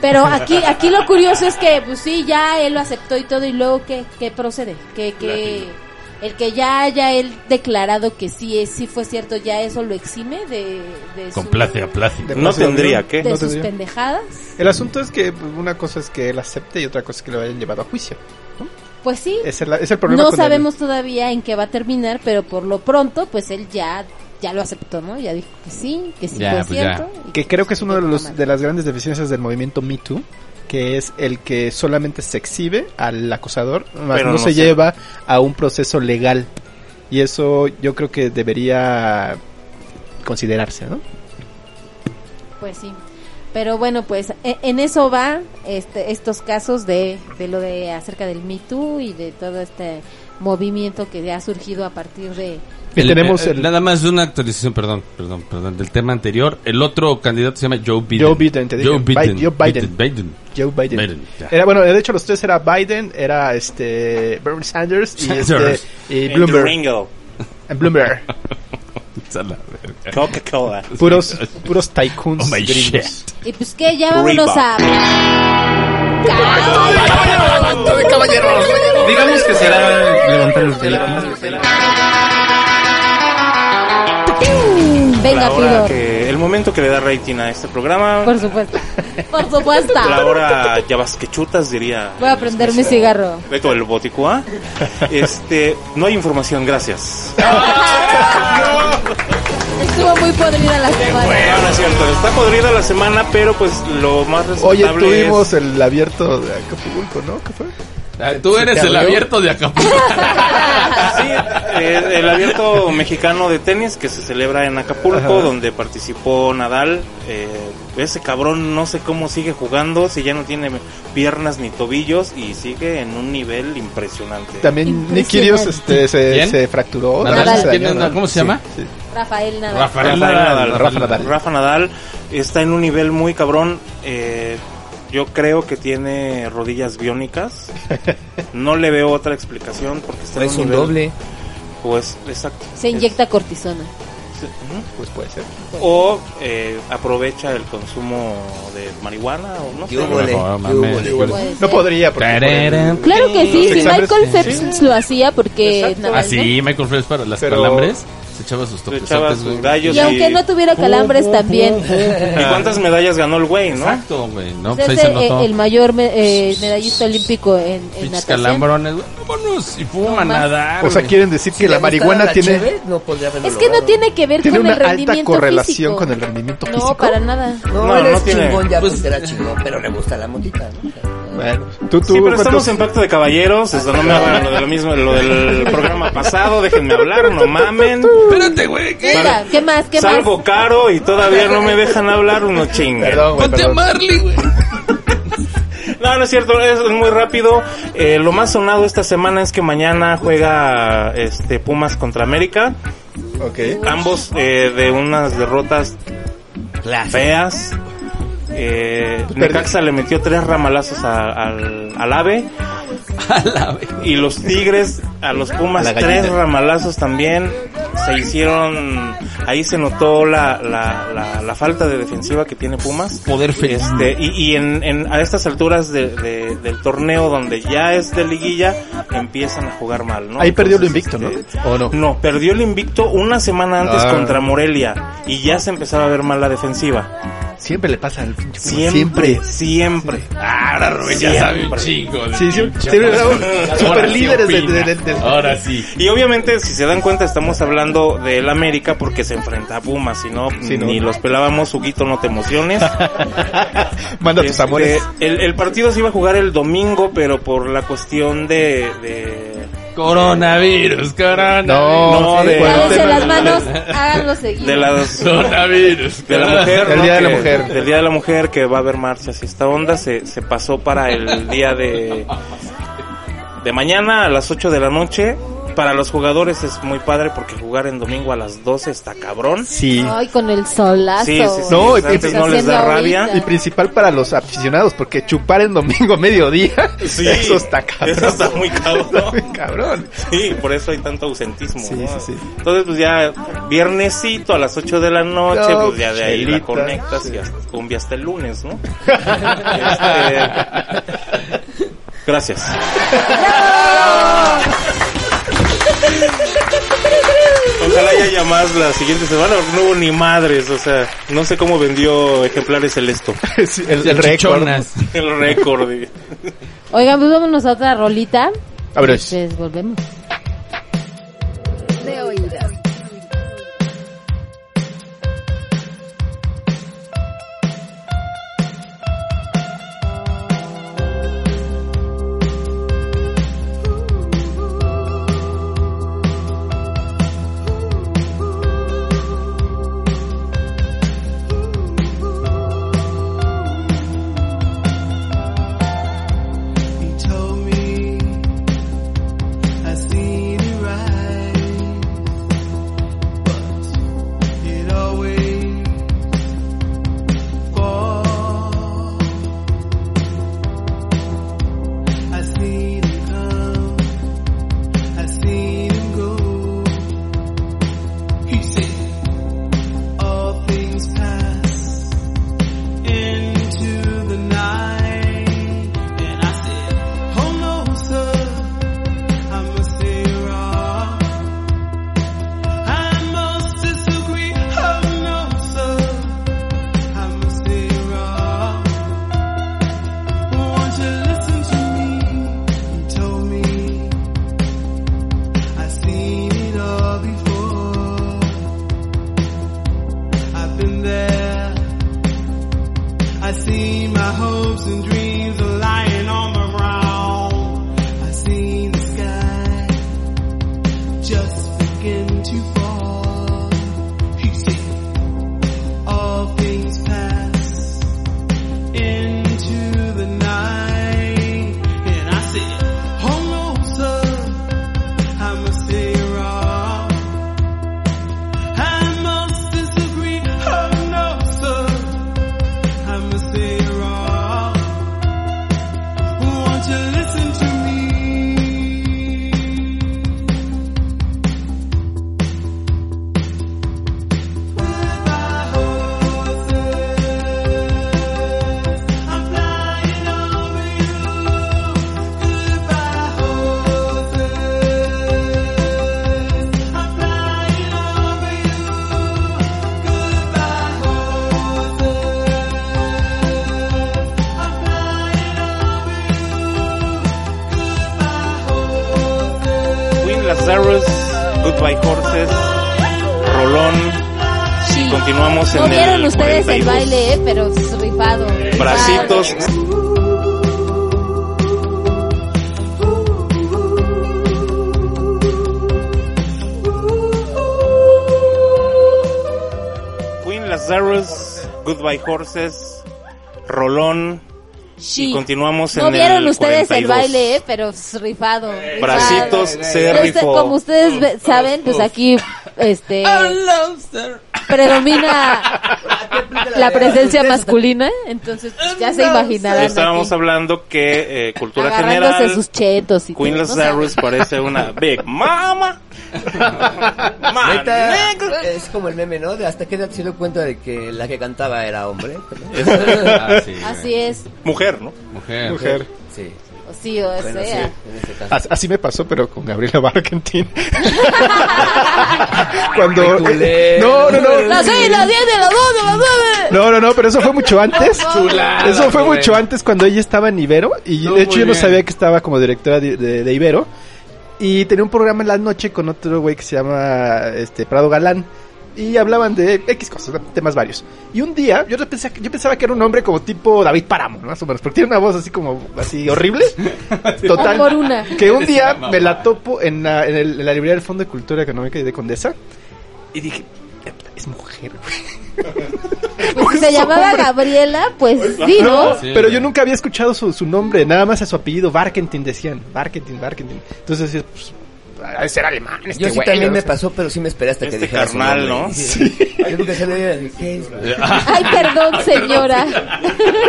B: Pero aquí aquí lo curioso es que pues sí, ya él lo aceptó y todo y luego que qué procede, que que el que ya haya él declarado que sí es sí fue cierto, ya eso lo exime de de su-
C: De
A: No
C: Plácido
A: tendría
C: Domingo.
A: que.
B: de
C: no
B: sus
C: tendría.
B: pendejadas.
C: El asunto es que pues, una cosa es que él acepte y otra cosa es que lo hayan llevado a juicio.
B: Pues sí,
C: Es el, es el problema.
B: No
C: con el-
B: sabemos todavía en qué va a terminar, pero por lo pronto, pues él ya, ya lo aceptó, ¿no? Ya dijo que sí, que sí
F: Ya,
B: fue
F: pues ya.
B: cierto. y
C: que creo que es una de, los,
B: mal.
C: de las grandes deficiencias del movimiento Me Too, que es el que solamente se exhibe al acosador, más
A: Pero no
C: no,
A: se-
C: se lleva a un proceso legal. Y eso yo creo que debería considerarse, ¿no?
B: Pues sí. Pero bueno, pues e- en eso va este, estos casos de, de lo de acerca del Me Too y de todo este movimiento que ha surgido a partir de...
C: Y tenemos
F: eh,
C: el
F: Nada más una actualización, perdón, perdón, perdón, del tema anterior. El otro candidato se llama Joe Biden.
C: Joe Biden, te dije.
F: Joe Biden.
C: Bi- Joe Biden.
F: Biden.
C: Joe Biden.
F: Biden, ya. <laughs>
C: Era, bueno, de hecho los tres era Biden, era este Bernie Sanders y, este,
F: Sanders.
C: y
A: Andrew
C: Bloomberg.
A: Ringo,
C: Bloomberg.
F: <laughs> Está la verga.
A: Coca-Cola.
C: Puros, puros tycoons
F: Oh my
C: gringos.
F: shit.
B: Y pues que ya vámonos
A: Reebok.
B: a...
I: Digamos que será levantar el teléfono.
A: la
B: Venga,
A: hora
B: Pido.
A: que, el momento que le da rating a este programa.
B: Por supuesto. Por supuesto.
A: la hora chutas diría.
B: Voy a prender mi cigarro.
A: Beto el Boticuá. Este, no hay información,
B: <laughs>
A: gracias.
B: Estuvo muy podrida la semana.
A: No, no es cierto. Está podrida la semana, pero pues lo más
C: Oye,
A: respetable
C: tuvimos
A: es...
C: el abierto de Acapulco, ¿no? ¿Qué fue?
F: Ah, Tú eres
C: te
F: el
C: abrió?
F: abierto
C: <laughs>
F: de Acapulco.
A: ah, Sí, el, el abierto mexicano de tenis que se celebra en Acapulco, donde participó Nadal. Eh, ese cabrón no sé cómo sigue jugando, si ya no tiene piernas ni tobillos y sigue en un nivel impresionante.
C: También
B: Impresionante.
C: Nicky Dios este, se,
F: ¿Quién?
C: se fracturó.
F: Nadal.
C: también se
F: ¿Quién
C: dañó,
F: es
C: ¿no?
F: Nadal? ¿Cómo se
C: Sí,
F: llama?
C: sí.
B: Rafael Nadal.
A: Rafael
F: Rafael
A: Nadal,
F: Nadal.
C: Rafa Nadal.
A: Rafa Nadal está en un nivel muy cabrón. eh, yo creo que tiene rodillas
C: <laughs>
A: biónicas. No le veo otra explicación porque está en
E: Es
A: un
E: un
A: nivel.
E: doble.
A: Pues, exacto.
B: Se inyecta cortisona.
A: Es- sí, ujú.
C: Pues puede ser.
A: O eh, aprovecha el consumo de marihuana o no sé.
E: Qué hubo, le, qué
F: No,
E: hubo,
F: mames.
E: le.
B: Puede ser.
C: No podría, porque.
F: Tararán.
C: por el-
B: Claro que sí,
C: los
B: si
C: exámenes-
B: Michael Phelps lo hacía porque
C: Exacto.
B: nada
F: Ah,
B: más, ¿no?
F: sí, Michael Phelps para las
C: Pero-
F: calambres. Se echaba sus
A: Le
F: topes.
A: echaba sus gallos
B: Y aunque no tuviera calambres también.
A: ¿Y cuántas medallas ganó el güey, no?
F: Exacto, güey. No,
B: Pues
F: pues ahí
B: es
F: se
B: el-
F: notó.
B: el mayor me- eh, medallista olímpico en, en
F: Pinches
B: natación.
F: calambrones, güey. Vámonos y fuman
B: No
F: a
B: más.
F: nadar.
C: O sea,
F: güey.
C: quieren decir que la
E: le gustara
C: marihuana
E: la
C: tiene,
E: cheve, no podría haberlo
B: Es que no
E: logrado.
B: tiene que ver
C: tiene
B: con
C: una
B: el
C: alta
B: rendimiento
C: correlación
B: físico.
C: con el rendimiento
B: No,
C: físico.
B: para nada.
E: No,
A: No,
E: él
A: no
E: es
A: tiene.
E: chingón, ya
F: Pues-
E: pues será chingón, pero le gusta la motita, ¿no?
C: Bueno, tú, tú,
A: Sí, pero estamos
C: ¿cuántos-
A: en pacto de caballeros, o sea,
F: Ah,
A: no me hagan lo de lo mismo, lo
F: <laughs>
A: del programa pasado, déjenme hablar, no mamen.
F: Espérate, güey. ¿qué?
B: Venga, ¿qué más? ¿Qué más?
A: Salgo caro y todavía no me dejan hablar, uno chinga.
C: Perdón, güey,
F: Ponte a
C: perdón.
F: Marley, güey.
A: No, no es cierto, es muy rápido. Eh, lo más sonado esta semana es que mañana juega este Pumas contra América.
C: Ok.
A: Ambos eh, de unas derrotas feas. Eh, Necaxa le metió tres ramalazos a- al, al
E: <laughs>
A: ave. Y los Tigres a los Pumas
E: A la gallina.
A: tres ramalazos también. Se hicieron... Ahí se notó la, la, la, la falta de defensiva que tiene Pumas.
F: Poder feliz.
A: Este, y y en, en- a estas alturas de- de- del torneo donde ya es de liguilla, empiezan a jugar mal, ¿no?
C: Ahí perdió lo
A: Entonces,
C: invicto, ¿no?
A: este,
C: ¿O no?
A: no, perdió el invicto una semana antes
C: Ah.
A: contra Morelia y ya se empezaba a ver mal la defensiva.
C: Siempre le pasa al pinche Puma,
A: Siempre, siempre.
F: Ahora Rubén ya sabe un chingo.
C: Sí, sí,
F: Pinche
C: siempre
F: Marley.
C: era un super
F: Ahora sí
C: líderes de,
F: opina.
C: de- de- de-
F: Ahora sí.
A: Y obviamente, si se dan cuenta, estamos hablando del América porque se enfrenta a Pumas, si no,
C: Sí, no.
A: ni los pelábamos, Huguito, no te
C: <laughs>
A: emociones.
C: <laughs> Manda tus
A: Este,
C: pues, amores.
A: el, el partido se iba a jugar el domingo, pero por la cuestión de- de
F: Coronavirus, coronavirus.
C: No,
A: no,
C: sí,
A: de-
C: bueno,
B: Lávense
C: tema-
B: las manos, háganlo seguido.
A: de las
F: Coronavirus.
A: de la
F: coronavirus.
A: mujer
C: El
A: ¿no?
C: Día de la
A: Que-
C: Mujer.
A: del día de la mujer que va a haber marchas y esta onda se, se pasó para el día de de mañana a las 8 de la noche para los jugadores es muy padre porque jugar en domingo a las 12 está cabrón
C: Sí.
B: Ay, con el solazo.
A: sí sí, sí,
C: No,
A: o sea,
C: y-
A: antes
C: y-
A: no les da
B: haciendo
A: rabia
B: ahorita.
C: Y principal para los aficionados, porque chupar en domingo a mediodía,
A: Sí,
C: eso está cabrón.
A: eso está muy cabrón.
C: Está muy cabrón.
A: Sí, por eso hay tanto ausentismo.
C: Sí,
A: ¿no?
C: sí, sí.
A: Entonces, pues ya viernesito a las 8 de la noche,
C: No,
A: pues ya de ahí la
C: chelita.
A: conectas y hasta, cumbia hasta el lunes, ¿no? Este, <laughs> gracias. Ojalá ya haya más la siguiente semana, porque no hubo ni madres, o sea, no sé cómo vendió ejemplares el esto,
C: Sí, el, el
F: Las
C: récord.
F: chichonas.
A: <laughs> el récord. eh.
B: Oigan, pues vámonos a otra rolita.
C: Abre.
B: Pues volvemos.
D: De oídas.
K: He told me I see the right, but it always falls. I see him come, I see him go. He said, "All things pass into the night." And I said, Oh no, sir, I must be wrong. I must disagree. Oh no, sir, I must be wrong. Won't you listen to me? He told me I've seen it all before. I've been there. I see my hopes and dreams are lying on the ground. I see the sky just begin to fall. You see, all things pass into the night. And I said, Oh no, sir, I must be wrong. I must disagree. Oh no, sir. I must say you're wrong. Won't you listen to me? Goodbye, horses. I'm flying over you. Goodbye, horses. I'm flying over you. Goodbye, horses. I'm flying over you. Goodbye, horses.
A: Queen Lazarus, Goodbye Horses, Rolón.
B: Sí.
A: Continuamos en
B: No vieron
A: el
B: ustedes el
A: 42.
B: baile, eh, pero es rifado.
A: Bracitos.
B: Rifado.
A: Lazarus, Goodbye Horses, Rolón.
B: Sí.
A: Y continuamos
B: No
A: en
B: vieron
A: el
B: ustedes el
A: 42.
B: baile, eh, pero pss, rifado. rifado.
A: Bracitos se
B: Este,
A: rifó.
B: Como ustedes ve- saben, pues aquí este predomina
F: <laughs>
B: la presencia masculina, entonces pues, ya se imaginarán.
A: Estábamos hablando que eh, cultura
B: agarrándose
A: general.
B: sus chetos y
A: Queen
B: todo, ¿no? <laughs>
A: Lazarus parece una Big Mama.
E: Neta, es como el meme, ¿no? De hasta qué edad se dio cuenta de que la que cantaba era hombre.
F: Ah, sí,
B: Así es.
A: Mujer, ¿no?
F: Mujer.
C: Mujer.
E: <laughs> Sí.
B: O sí, o eh.
E: Bueno, sí,
B: sea.
E: en este caso.
C: As- Así me pasó, pero con Gabriela Barkentin. Cuando.
E: Culé.
C: No, no, no.
B: Las seis, las diez, de las dos, de las nueve.
C: No, no, no, pero eso fue mucho antes.
F: <laughs> Chulada,
C: eso fue
F: güey.
C: mucho antes cuando ella estaba en Ibero. Y
F: No,
C: de hecho
F: muy
C: yo no
F: bien.
C: sabía que estaba como directora de, de- de Ibero. Y tenía un programa en la noche con otro güey que se llama este Prado Galán. Y hablaban de X cosas, temas varios. Y un día, yo pensaba, yo pensaba que era un hombre como tipo David Páramo, más o menos, porque tiene una voz así como, así
F: <laughs>
C: horrible. Total.
B: O por una.
C: Que un día
F: Eres una
C: me la
F: mamá.
C: topo en la, en el- en la librería del Fondo de Cultura Económica y de Condesa. Y dije, es mujer, güey.
B: Pues, si
C: Pues,
B: se llamaba
C: hombre.
B: Gabriela, pues sí, ¿no?
C: No,
F: Sí,
C: pero
F: güey.
C: yo nunca había escuchado su, su nombre, nada más a su apellido, Barkentin decían, Barkentin, Barkentin. Entonces, sí, pues, ha de ser alemán este
E: Yo sí
C: güey,
E: también
C: ¿no?
E: me pasó, pero sí me esperé hasta que
A: Este
E: dijera su
A: carnal,
E: nombre.
A: ¿no?
E: Sí. <laughs> Yo nunca se lo diera, dije, ¿qué es?
F: Ah,
B: Ay, perdón, señora.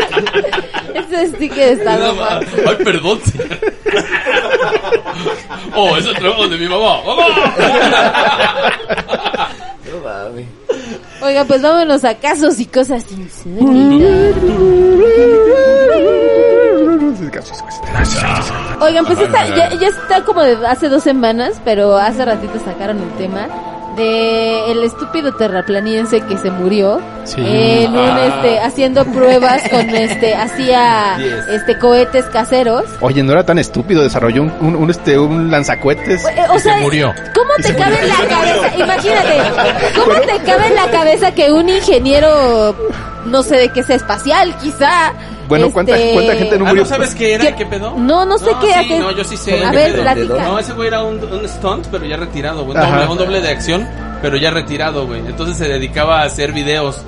B: <laughs> Ese sticker está
F: Nada
B: no
F: más.
B: manches.
F: Ay, perdón. señor. oh, es el trabajo de mi mamá. ¡Mamá!
E: No mames.
B: Oiga, pues vámonos a casos y cosas sin Oigan, pues esta, ya, ya está como de hace dos semanas, pero hace ratito sacaron el tema de el estúpido terraplaniense que se murió
C: Sí.
B: en un,
F: Ah.
B: este haciendo pruebas
F: <laughs>
B: con este hacía
F: Yes.
B: este cohetes caseros
C: Oye, no era tan estúpido, desarrolló un, un, un, este, un lanzacuetes.
B: Eh, o
F: Y se
B: sea,
F: murió.
B: ¿Cómo te cabe en la cabeza? Imagínate, ¿cómo te cabe en la cabeza que un ingeniero, no sé de qué sea, espacial quizá?
C: Bueno, ¿cuánta- cuánta gente no-
F: Ah, ¿no sabes qué era?
B: ¿Qué?
F: ¿Qué, pedo? Ah,
B: No, no sé qué
F: sí,
B: era, qué-
F: No, yo sí sé.
B: A
F: qué
B: ver,
F: pedo.
B: platica.
F: No, ese güey era un, un stunt, pero ya retirado, güey. Un
C: Ajá.
F: doble, un doble de acción, pero ya retirado, güey. Entonces se dedicaba a hacer videos.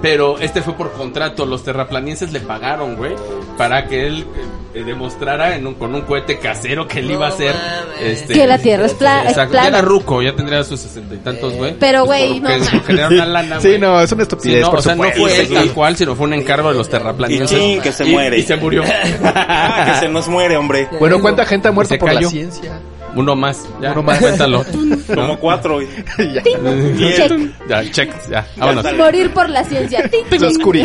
F: Pero este fue por contrato. Los terraplanienses le pagaron, güey, para que él eh, demostrara en un, con un cohete casero que él iba a hacer. Este,
B: Que la Tierra es pla- es
F: Exacto.
B: plana.
F: Ya era ruco, ya tendría sus sesenta y tantos, güey.
B: Pero,
F: Pues,
B: güey,
F: porque
B: no mames.
F: generaron una
C: <laughs>
F: lana,
C: Sí,
F: güey.
C: no, es una estupidez,
F: Sí, no,
C: por
F: o sea, no
C: supuesto.
F: fue él
A: Sí.
F: tal cual, sino fue un encargo de los
A: Y
F: terraplanienses.
A: sí, que se muere.
F: Y se murió.
A: <laughs> Ah, que se nos muere, hombre.
C: Bueno, ¿cuánta gente ha muerto
F: Se
C: por la
F: cayó.
C: ciencia?
F: Uno más. Ya,
C: Uno más.
F: Cuéntalo.
A: Como cuatro. y-
C: <laughs> Ya.
A: Diez.
F: Ya, check. Ya, vámonos.
A: Ándale.
B: Morir por la ciencia. Tin, tin.
C: Los curi.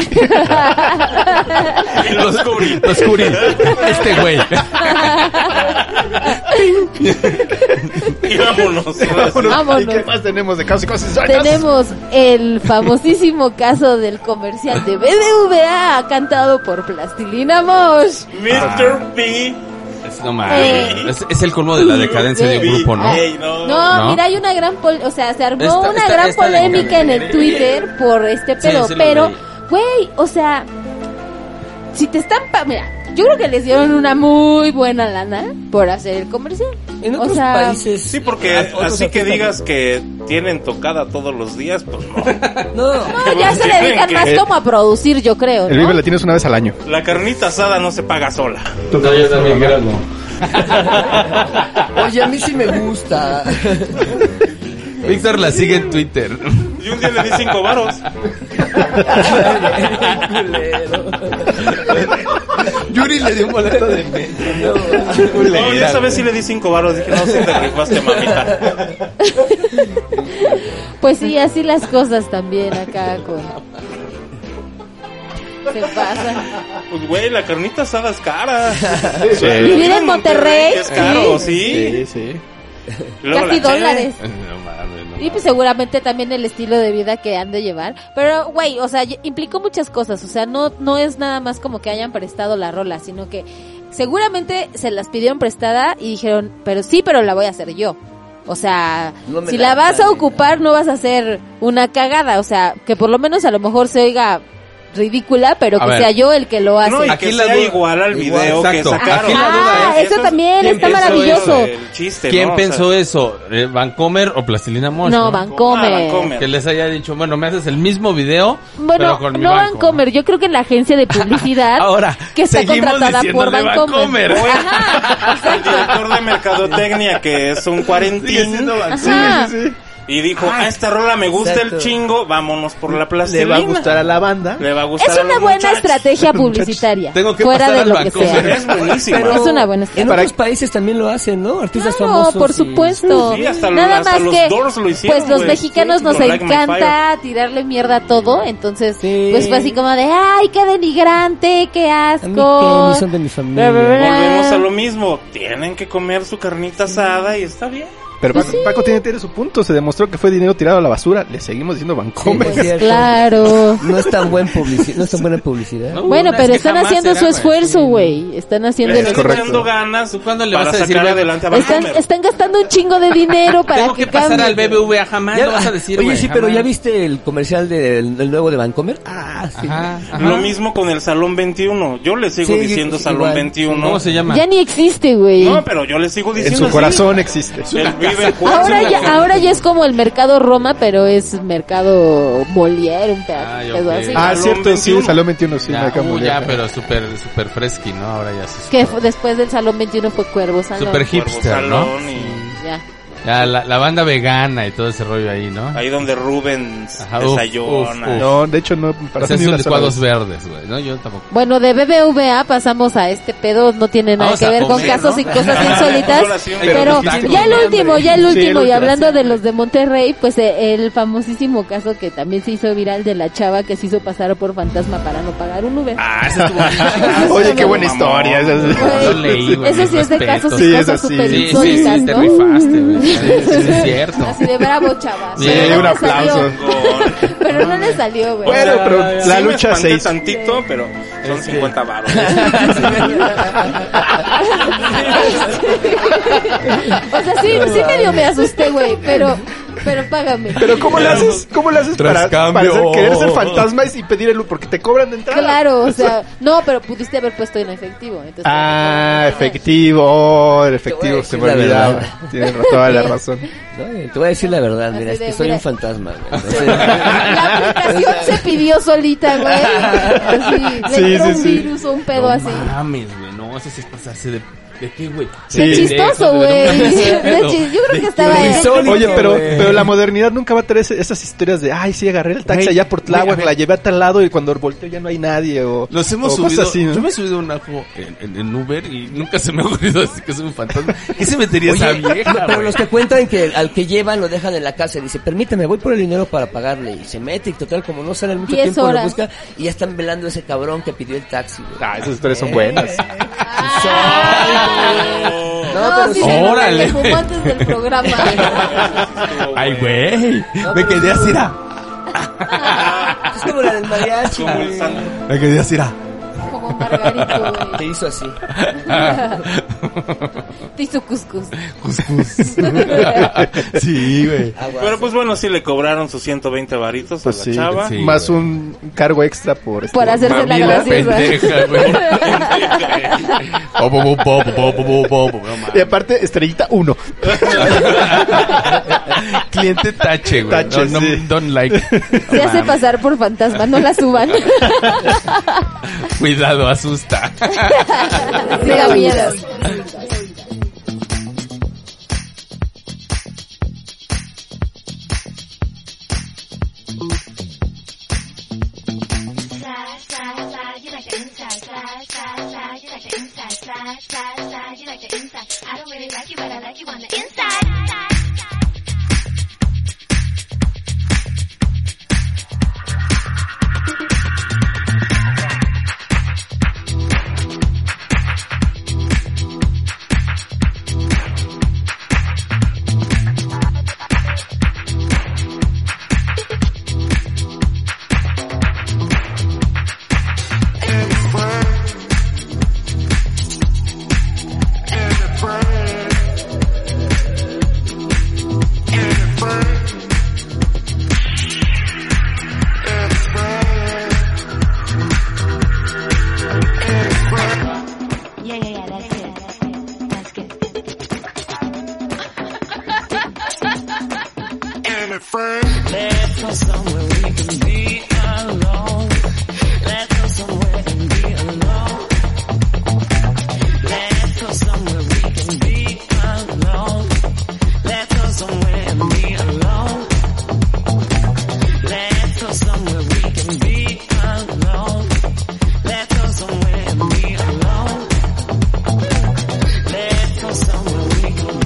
F: Los cubrí. Los cubrí. Este güey.
A: Y vámonos.
C: ¿Y qué más tenemos de casos y cosas?
B: Tenemos el famosísimo caso del comercial de BBVA cantado por Plastilina Mosh.
A: Mr. B.
F: Es, no mames. Es, es el colmo de la decadencia de
A: eh,
F: un grupo, ¿no?
A: Ey, no.
B: No,
F: ¿No?
B: mira, hay una gran, pol- o sea, se armó
F: Esta-
B: una
F: esta-
B: gran
F: esta de-
B: polémica en el Twitter por este
F: Sí,
B: pedo,
F: sí lo
B: pero,
F: leí.
B: güey, o sea, si te están, pa- mira, yo creo que les dieron una muy buena lana por hacer el comercial.
E: En
B: o
E: otros
B: sea,
E: países.
A: Sí, porque
E: a- Ah, otros
A: así que
E: artistas-
A: digas que tienen tocada todos los días, pues no.
E: No,
B: no, ya
E: <laughs>
B: se dedican
A: que-
B: más como a producir, yo creo,
C: El
B: ¿no?
C: Vive Latino es una vez al año.
A: La carnita asada no se paga sola.
F: No, yo también grano.
E: oye, a mí sí me
B: <laughs>
E: gusta.
F: <laughs> Víctor la sigue en Twitter.
A: Y un día le di cinco varos.
E: Culero.
F: <laughs> Yuri le dio un boleto de metro.
A: No, yo esa vez sí le di cinco varos. Dije, no, si te rifaste, mamita.
B: Pues sí, así las cosas también acá con... Se pasa.
A: Pues, güey, la carnita asada es cara.
C: Sí.
B: Vivir en Monterrey,
A: Es caro, sí.
B: sí,
C: Sí, sí.
A: Y luego
B: casi
A: la cheve.
B: dólares.
F: No mames, no
B: Y
F: mames.
B: pues seguramente también el estilo de vida que han de llevar. Pero, güey, o sea, y- implicó muchas cosas. O sea, no, no es nada más como que hayan prestado la rola, sino que seguramente se las pidieron prestada y dijeron, pero sí, pero la voy a hacer yo. O sea,
E: No me
B: si la
E: la
B: vas a
E: dan,
B: ocupar, no vas a hacer una cagada. O sea, que por lo menos a lo mejor se oiga ridícula, pero
F: A
B: que
F: ver.
B: sea yo el que lo hace.
A: No, y
F: Aquí
A: que
F: la
A: sea
F: duda-
A: igual al
F: igual,
A: video que
F: exacto.
A: sacaron.
F: Aquí la
B: duda Ah, es- eso también
A: ¿quién
B: está
A: pensó
B: maravilloso.
A: eso? El chiste,
F: ¿Quién
A: ¿no? O sea, <laughs>
F: pensó eso? Eh, ¿Vancomer o Plastilina Mosh?
B: no,
A: ah,
B: Vancomer.
A: Vancomer.
F: Que les haya dicho, bueno, me haces el mismo video,
B: Bueno,
F: pero con mi
B: no
F: banco.
B: Vancomer, yo creo que en la agencia de publicidad
F: Ahora,
B: que está
F: seguimos
B: contratada por
F: diciéndole
B: Vancomer.
F: Vancomer.
B: Ajá,
A: El
B: exacto.
A: director de mercadotecnia que es un cuarentín
B: Ajá.
A: y dijo, ah, esta rola me gusta
E: Exacto.
A: el chingo, vámonos por la
C: Le va
A: plastilina.
C: a gustar a la banda.
A: Le va a gustar
B: Es
A: a
B: una
A: los
B: buena
A: muchachos.
B: estrategia publicitaria.
F: Tengo que
B: fuera
F: pasar
B: de
F: al
B: lo que
F: Vancomer.
B: sea.
A: Es buenísima.
B: Es una buena estrategia.
E: En otros países también lo hacen, ¿no? Artistas
B: Claro,
E: famosos.
B: por
E: y-
B: supuesto.
A: Sí, hasta lo-
B: Nada
A: hasta
B: más
A: los
B: que,
A: Doors lo hicieron,
B: pues los
A: güey.
B: mexicanos
A: Sí,
B: nos
A: con Like My
B: encanta tirarle mierda a todo, entonces,
E: Sí.
B: pues fue así como de, ay, qué denigrante, qué
E: A mí que
B: asco.
E: ni son de mi
B: Bla, bla, bla.
E: familia.
A: Volvemos
B: eh,
A: a lo mismo, tienen que comer su carnita asada y está bien.
C: Pero Paco, Paco tiene, tiene su punto. Se demostró que fue dinero tirado a la basura. Le seguimos diciendo Vancomer.
E: Sí, pues, cierto.
B: Claro.
E: No es tan buen publici- <laughs> no es tan buena publicidad.
F: No,
B: Bueno,
F: una
B: pero
F: es que
B: están
F: jamás
B: haciendo
F: era,
B: su
F: güey.
B: esfuerzo, güey. Están haciendo
A: Le
B: el
A: están
C: correcto.
A: echando ganas
F: ¿Tú cuándo le
A: para
F: vas a decir,
A: sacar
F: ve-
A: adelante a
B: Están,
A: Vancomer.
B: están gastando un chingo de dinero para
F: Tengo
B: que,
F: que pasar
B: cambie.
F: al BBVA, jamás
E: Ya-
F: lo
C: ah,
F: vas a decir,
E: Oye,
F: güey,
E: sí, pero
F: jamás.
E: ¿ya viste el comercial del, del nuevo de Vancomer? Ah, sí.
F: Ajá, ajá.
A: Lo mismo con el Salón 21. Yo le sigo
E: Sí,
A: diciendo
E: sí,
A: Salón
E: igual.
A: 21.
F: ¿Cómo se llama?
B: Ya ni existe, güey.
A: No, pero yo le sigo
C: En
A: pues, diciendo
C: su
A: así.
C: corazón existe.
A: Él vive en Juárez,
B: Ahora
A: una
B: ya,
A: cosa.
B: ahora ya es como el mercado Roma, pero es mercado Molière, un pedazo,
F: Ay,
B: un pedazo
F: ok.
B: así.
C: Ah,
A: Salón
C: cierto, sí,
A: 21.
C: Salón 21, sí.
F: Ya,
C: marca
F: uh,
C: mundial.
F: ya, pero súper super fresqui, ¿no? Ahora ya se
B: Que fu- después del Salón 21 fue Cuervo Salón.
F: Super
A: Cuervo
F: hipster, ¿no?
A: Salón y
B: Ya.
F: Ya, la, la banda vegana y todo ese rollo ahí, ¿no?
A: ahí donde Rubens
F: Ajá, uf,
A: desayuna.
F: uf, uf.
C: No, de hecho no para
F: Esos
C: ni
F: son
C: una sola
F: Pues licuados <laughs>
C: vez.
F: verdes, güey, ¿no? Yo tampoco.
B: Bueno, de BBVA pasamos a este pedo, no tiene nada
F: Vamos
B: que
F: a
B: ver con
F: comer,
B: casos
F: ¿no?
B: y cosas
A: Ahora
B: insólitas,
A: sí,
B: pero
F: pero
B: ya el último, ya el
C: Sí, el
B: último, y
C: último,
B: hablando de los de Monterrey, pues eh, el famosísimo caso que también se hizo viral de la chava que se hizo pasar por fantasma para no pagar un Uber.
F: Ah, ese estuvo <laughs>
C: Oye, qué buena
A: Mamón.
C: historia. esa es-
B: Güey,
F: lo leí, güey,
B: eso sí es de
F: respeto.
B: casos y
C: Sí, es
B: cosas
C: así.
B: súper
F: Sí, sí, sí,
B: insólitas,
F: te
B: ¿no?
F: rifaste, güey. Sí,
B: <laughs>
F: sí, es cierto.
B: Así de bravo, chavas.
F: Bien,
B: Pero no
C: un
B: le
C: aplauso.
B: salió. Pero no le salió, güey.
C: Bueno, pero
A: Sí
C: la
A: me
C: lucha
A: espanté
C: se hizo.
A: tantito, pero son 50
C: <laughs>
A: baros.
B: o sea, sí, sí medio me asusté, güey, pero, pero págame.
C: <laughs> Pero ¿cómo le haces, cómo le haces para,
F: Trascambio.
C: para ser- querer ser fantasma y pedir el Uber? Porque te cobran de entrada.
B: Claro, o sea, no, pero pudiste haber puesto en efectivo. Entonces,
C: Ah, efectivo, oh, el efectivo, se
E: Te
C: me
E: voy a decir la
C: olvidaba.
E: verdad.
C: Tienes toda la razón.
E: No, eh, te voy a decir la verdad, mira,
B: Así
E: es
B: de,
E: que soy
B: mira.
E: un fantasma.
B: <laughs>
E: güey. Entonces-
B: La aplicación se
E: <laughs>
B: pidió solita, güey. Así, le
C: Sí,
B: entró
C: sí,
B: un
C: sí.
B: virus o un pedo
F: no
B: así.
F: mames, güey. No, eso sí es pasarse de... ¿De qué, güey?
C: Sí.
F: De
B: Qué
F: pendejo,
B: chistoso,
F: de-
B: güey.
F: no mames,
B: De
F: pedo.
B: chi- Yo creo que
E: Qué
B: estaba...
E: insólito,
C: Oye, pero,
E: güey.
C: pero la modernidad nunca va a traer ese- esas historias de, ay, sí, agarré el taxi
F: Güey,
C: allá por
F: güey,
C: Tláhuac,
F: a ver.
C: la llevé a tal lado y cuando volteo ya no hay nadie o,
F: Los hemos
C: o
F: subido.
C: cosas así, ¿no?
F: Yo me he subido a un ajo en, en- en Uber y nunca se me ha ocurrido decir que soy un fantasma. ¿Qué se metería esa
E: Oye,
F: vieja,
E: pero
F: güey?
E: los que cuentan que al que llevan lo dejan en la casa y dice, permíteme, voy por el dinero para pagarle. Y se mete y total, como no sale mucho
B: Diez
E: tiempo,
B: horas.
E: lo busca y ya están velando a ese cabrón que pidió el taxi. güey.
C: Ah, esas historias son <laughs> buenas.
B: Ay, güey.
E: No,
B: No,
E: pero
B: sí,
E: sí.
B: me lo
F: Órale.
B: fumó antes del
E: <laughs>
B: programa.
F: Ay, güey. Me quedé así, era.
E: <laughs> Es como la del mariachi.
A: Como el
E: güey.
A: San-
F: Me quedé así, era.
B: Como Margarito, güey.
E: Que hizo así.
B: Te hizo cuscus.
F: Cuscús. sí, güey.
E: Aguas.
A: Pero pues bueno, sí le cobraron sus 120 varitos a
C: Pues
A: la
C: sí,
A: chava.
F: sí.
C: más
F: güey.
C: un cargo extra por... este,
B: Por hacerse la
F: Mamila
B: graciosa.
F: pendeja, güey. Po, po, po, po, po, po, po, po, no mames.
C: Y aparte, estrellita 1.
F: Cliente tache, güey.
C: Tache,
F: no, no,
C: sí.
F: don't like.
B: Se hace pasar por fantasma, no la suban.
F: Cuidado, asusta.
B: Sí, da miedo.
D: Every breath, Let's go somewhere we can be alone. Let's go somewhere and be alone. Let's go somewhere we can be alone. Let's go somewhere and be alone. Let's go somewhere we can be alone. Let's go somewhere and be alone. Let's go somewhere we can.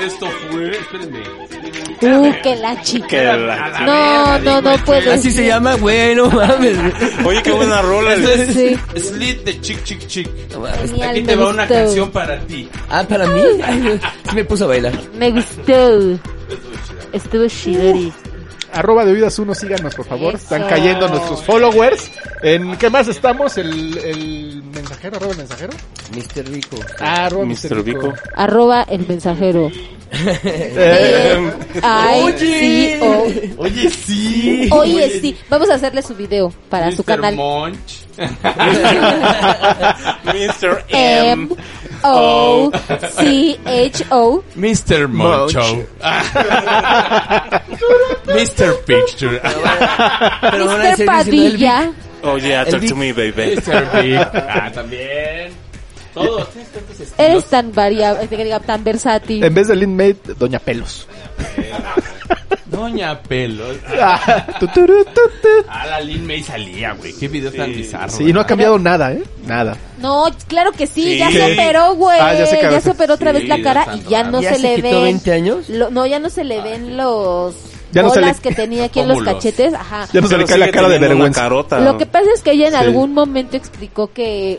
F: Esto fue, espérenme.
B: Uh, que la chica. No, no, no puedo.
E: Así se llama, güey, no mames.
A: Oye, qué buena rola.
F: Esto es
B: Sí.
F: Slit de Chick Chick Chick.
E: No mames.
B: Genial,
F: Aquí
B: me
F: te va una
B: gustó.
F: canción para ti.
E: Ah, para mí. Ay, güey, sí me puso a bailar.
B: Me gustó. Estuvo chidori.
C: Arroba de Oídas 1, síganos por favor. Están
B: Eso.
C: cayendo nuestros followers. ¿En qué más estamos? ¿El, el mensajero? ¿Arroba el mensajero?
E: Mr. Rico.
C: Ah, arroba
A: Mr. Vico.
B: Arroba el mensajero.
C: Eh,
B: Ay, sí, oh.
F: Oye, sí.
B: Oye, sí. Vamos a hacerle su video para su
F: Mr.
B: canal.
C: <laughs>
F: Monch.
A: Mr. M.
B: M O C H O.
F: Mr. Moncho. <laughs> Mr. Picture. <laughs>
E: Pero van a
B: Mr.
E: seguir diciendo el Vic.
B: Padilla.
A: Oh yeah, talk to me, baby.
F: Mr. Big. Ah, también. Todos.
B: Eres tan variable, que diga, tan versátil.
C: en vez del inmate, Doña
F: <laughs>
C: Pelos.
F: <laughs> Doña Pelos.
C: Ah, tu, tu, tu, tu, tu.
F: Ah, la Lin May salía, güey. Qué video tan bizarro.
C: Sí, y no ha cambiado nada, ¿eh? Nada.
B: No, claro que sí,
A: Sí.
B: ya se operó, güey.
C: Ah, ya
B: ya,
C: se
B: se
C: acabó.
B: operó otra
F: Sí,
B: vez la cara
F: santo,
B: y ya
F: claro.
B: no
E: ¿Ya
B: se,
E: se
B: le
E: quitó
B: ven
E: 20 años?
B: lo- no, ya no se le ven los
C: Ya no se
B: bolas
C: le-
B: que tenía aquí en los
F: Óvulos.
B: cachetes, ajá.
C: Ya no se le
A: Pero
C: cae la
A: sigue
C: cara de
A: teniendo una
C: vergüenza.
A: carota.
B: Lo que pasa es que ella en
C: Sí.
B: algún momento explicó que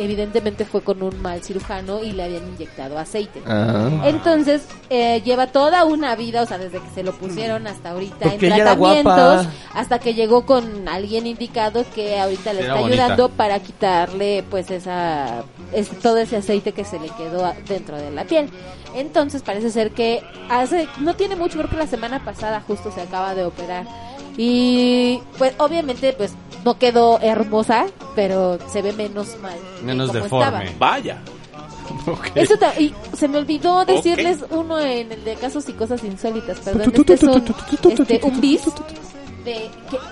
B: evidentemente fue con un mal cirujano y le habían inyectado aceite.
C: Ah,
B: Entonces, eh, lleva toda una vida, o sea, desde que se lo pusieron hasta ahorita
E: Porque
B: en
E: ella era
B: tratamientos,
E: guapa.
B: hasta que llegó con alguien indicado que ahorita le
F: Era
B: está
F: bonita.
B: ayudando para quitarle pues esa es- todo ese aceite que se le quedó a- dentro de la piel. Entonces, parece ser que hace no tiene mucho, creo que la semana pasada justo se acaba de operar. Y pues obviamente pues no quedó hermosa, pero se ve menos mal. de
F: Menos
B: cómo estaba.
F: deforme.
A: Vaya.
B: Eso ta- y se me olvidó decirles uno en el de casos y cosas insólitas, perdón, este es un, este, un bis de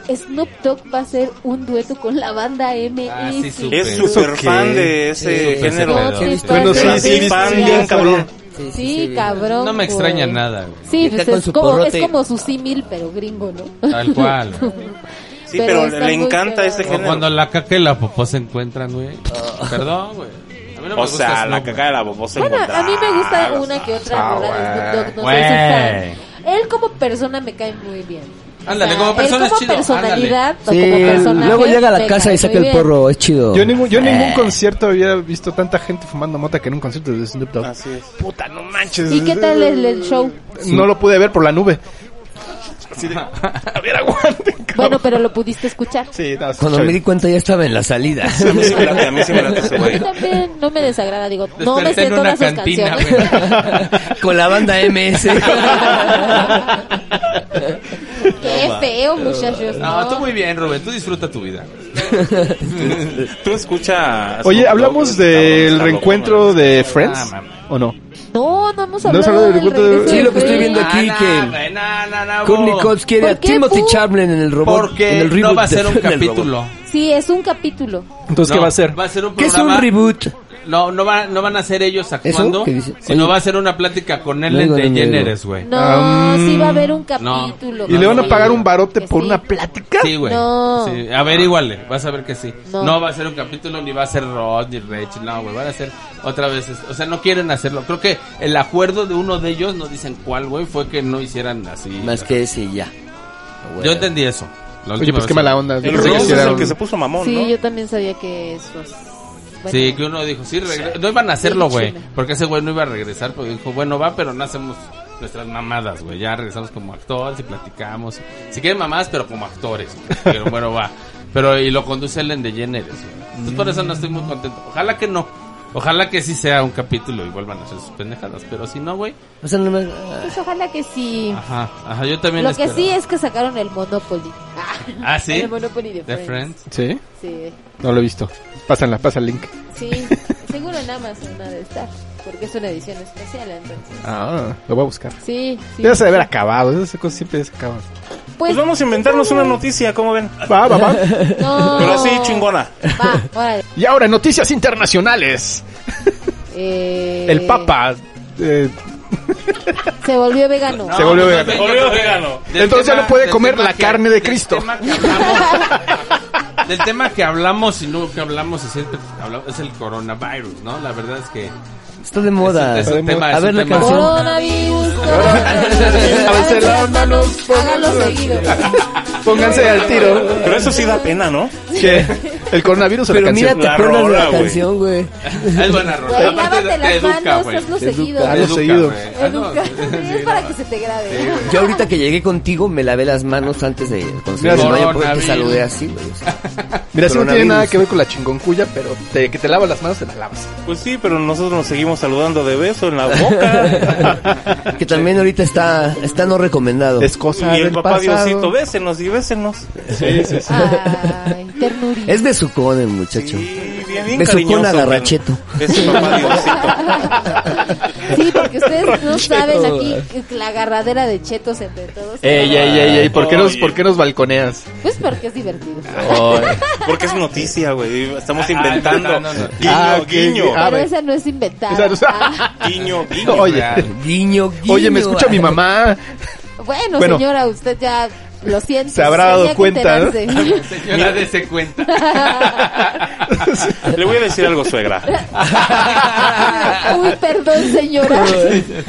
B: que Snoop Dogg va a hacer un dueto con la banda MX.
F: Ah, sí, supe.
A: Es
F: ¿Eso
A: súper
C: qué?
A: fan de ese
E: Sí,
A: género.
B: No
F: Pero-
B: te
C: Bueno, sí,
B: pases
C: sí,
B: de
C: sí,
A: fan
B: verga.
A: bien cabrón.
E: Sí, sí,
B: Sí,
E: sí,
B: cabrón.
F: No me
B: güey.
F: extraña nada, güey.
B: Sí,
E: Ya está
B: pues
E: con
B: es
E: su
B: como, es
E: porrote.
B: como su símil, pero gringo, ¿no?
F: Tal <laughs> cual. güey.
A: Sí,
B: Pero
A: pero,
B: está
A: le
B: muy
A: encanta
B: cagado.
A: ese
F: O
A: género.
F: cuando la caca y la popó se encuentran, güey. Ah. Perdón, güey. A mí no me
A: O
F: gusta
A: sea,
F: Snoop,
A: la
F: güey.
A: cagada de la bobo se
B: <laughs> Bueno, a mí me
A: Ah,
B: gusta una que otra rola de Snoop Dogg, no soy su fan. Él como persona me cae muy bien.
F: Ándale, como persona
B: él como
F: es chido,
B: personalidad o
E: Sí,
B: como personaje,
E: luego llega a la
B: me
E: casa
B: cae
E: y saca
B: muy
E: el
B: bien.
E: porro, es chido.
C: Yo en ningún, yo en ningún
E: Eh.
C: concierto había visto tanta gente fumando mota que en un concierto de Snoop Dogg.
A: Así es.
C: Puta, no manches.
B: ¿Y qué tal el, el
E: <laughs>
B: show?
C: No lo pude ver por la nube.
F: <laughs>
B: Bueno, pero lo pudiste escuchar.
C: Sí, no,
E: Cuando me di cuenta ya estaba en
F: <laughs>
E: la salida.
A: A mí sí me late, a mí sí me late ese
B: A <laughs> mí
A: güey.
B: también no me desagrada, digo, no me
F: Desperté
B: sé
F: en una
B: todas sus
F: cantina,
B: canciones. <laughs>
E: Con la banda
F: <laughs>
E: MS.
B: Qué feo, muchachos.
F: No,
B: No,
F: tú muy bien, Rubén. Tú disfruta tu vida.
A: Tú escucha. a Snoop
C: Oye,
A: Dogg,
C: hablamos
A: está loco,
C: del
A: está loco,
C: reencuentro
A: man.
C: de Friends.
F: Ah,
C: ¿O no?
B: no, no hemos
C: No
B: hablado
C: has hablado
B: del
C: del grupo de-
B: regreso
E: Sí,
B: de
E: lo que estoy
B: Friends.
E: viendo aquí que
F: güey, no, no, no,
E: Courtney
F: bo.
E: Cox quiere a
B: ¿Por qué,
E: Timothy
B: Pu?
E: Chamberlain en el robot. <laughs> en
F: Porque
E: el
F: no
E: reboot
F: va a
E: de
F: ser un
E: Friends, en el robot.
F: capítulo.
B: Sí, es un capítulo.
C: Entonces,
F: No,
C: ¿qué va a ser?
F: Va a ser un
E: ¿Qué es un
F: programa-
E: reboot?
F: No, no, va- no van a ser ellos
E: ¿Eso?
F: actuando,
E: ¿Qué dice?
F: sino
E: Oye.
F: va a ser una plática con Ellen
E: Luego,
F: de
E: luego,
F: DeGeneres,
E: luego.
F: güey.
B: No,
E: Ah,
B: sí va a haber un capítulo.
C: ¿Y le van a
F: no,
C: pagar
F: no.
C: un barote por una plática?
F: Sí, güey.
B: No.
F: Sí, averíguale, vas a ver que sí.
B: No.
F: No. va a ser un capítulo, ni va a ser Rod, ni Rachel, no, güey, van a ser otra vez. es- O sea, no quieren hacerlo. Creo que el acuerdo de uno de ellos, no dicen cuál, güey, fue que no hicieran así.
E: Más que ese y ya.
F: Yo entendí eso. La
C: Oye,
F: última
C: pues
F: vez
C: qué
F: que-
C: mala onda. Yo
A: El
C: pensé que
A: Ross es
C: sí era
A: el
C: un-
A: que se puso mamón,
B: Sí,
A: ¿no?
B: yo también sabía que eso es...
F: Sí,
B: bueno.
F: que uno dijo, sí, regre- no iban a hacerlo, güey. Porque ese güey no iba a regresar, porque dijo, bueno, va, pero no hacemos nuestras mamadas, güey. Ya regresamos como actores y platicamos. Si quieren mamadas, pero como
B: <laughs>
F: actores. güey. Pero bueno, va. Pero y lo conduce Ellen DeGeneres, güey. Entonces por eso no estoy muy contento. Ojalá que no. Ojalá que sí sea un capítulo y vuelvan a hacer sus pendejadas. Pero si no, güey.
E: O sea, no me- ah,
B: Pues ojalá que sí.
F: Ajá, ajá, yo Ah, también
B: Lo que
F: espero.
B: sí es que sacaron el Monopoly.
F: Ah, sí.
B: <laughs> El Monopoly de
F: The
B: Friends.
C: ¿Sí?
F: Friends.
B: Sí.
C: No lo he visto. Pásanla, pasa el link.
B: Sí, seguro en Amazon ha de estar, porque es una edición especial, entonces.
C: Ah, lo voy a buscar.
B: Sí, sí.
C: Debes haber acabado, esas cosas siempre se acaban.
A: Pues
B: Pues
A: vamos a inventarnos una noticia, ¿cómo ven?
C: Va, va, va. <laughs>
B: no.
A: Pero así chingona.
B: Va, órale.
C: Y ahora, noticias internacionales.
B: Eh,
C: El Papa. eh,
B: se volvió vegano.
C: Se volvió vegano.
F: venga,
A: Volvió
F: pero-
A: vegano.
F: del
C: Entonces ya no puede
F: del
C: comer
F: tema
C: la carne de
F: del
C: Cristo.
F: tema que hablamos- del tema que hablamos y no que hablamos y siempre hablamos, es el coronavirus, ¿no? La verdad es que
E: está de moda.
F: es un- es un tema-
E: a
F: es
E: ver
F: un
E: la
F: tema.
E: canción.
B: Coronavirus.
C: A veces las manos,
B: Hágalo seguido.
C: pónganse al tiro.
A: Pero eso sí da pena, ¿no?
C: Que el coronavirus o la
E: Pero mira,
C: canción.
E: te
A: La
E: acuerdas de
A: rola,
E: la
A: güey.
E: canción, güey.
F: es buena rola.
B: Güey,
F: Aparte
B: lávate
F: te
B: las
F: educa,
B: manos,
F: güey.
B: hazlo
C: Te educa,
B: seguido.
C: hazlo
F: Te
C: seguido.
B: Educa.
C: seguido.
F: güey. Ah, no,
B: <laughs> Es para que se te grabe.
E: Yo ahorita que llegué contigo me lavé las manos antes de conseguir
C: Gracias.
E: el baño porque te
F: Coronavirus.
E: saludé así, güey. o sea.
C: Mira, si no tiene
E: Coronavirus.
C: nada que ver con la chingoncuya, pero te- que te lavas las manos, te las lavas.
A: Pues sí, pero nosotros nos seguimos saludando de beso en la boca.
E: <laughs> Que también ahorita está, está no recomendado.
C: Es <laughs> cosa
A: y el
C: del
A: papá
C: pasado.
A: Diosito, bésenos y bésenos.
B: Ay, ternurita.
E: Es besucón el muchacho.
A: Sí, bien, bien
E: Besucón
A: cariñoso,
E: agarracheto.
A: pero Es el papá Diosito.
B: Sí, porque ustedes no saben aquí la agarradera de chetos entre todos.
C: Ey, ey, ey, ey, ¿por qué, nos,
A: Oye.
C: ¿por qué nos balconeas?
B: Pues porque es divertido.
C: Ah,
A: Porque es noticia, güey. Estamos inventando.
F: inventando noticias.
A: guiño,
C: Ah, ok,
A: guiño,
C: ok. Ah,
B: Pero
C: ve.
B: esa no es inventada.
C: Esa no es-
B: Ah,
A: guiño, guiño.
C: Oye,
F: real.
E: Guiño, guiño.
C: oye, me escucha mi mamá.
B: bueno,
C: Bueno.
B: señora, usted ya lo siente.
C: Se habrá dado
B: tenía que
C: cuenta, ¿no?
B: enterarse.
F: Señora,
B: <laughs>
F: dése cuenta.
A: Le voy a decir algo, suegra.
B: Uy, perdón, señora.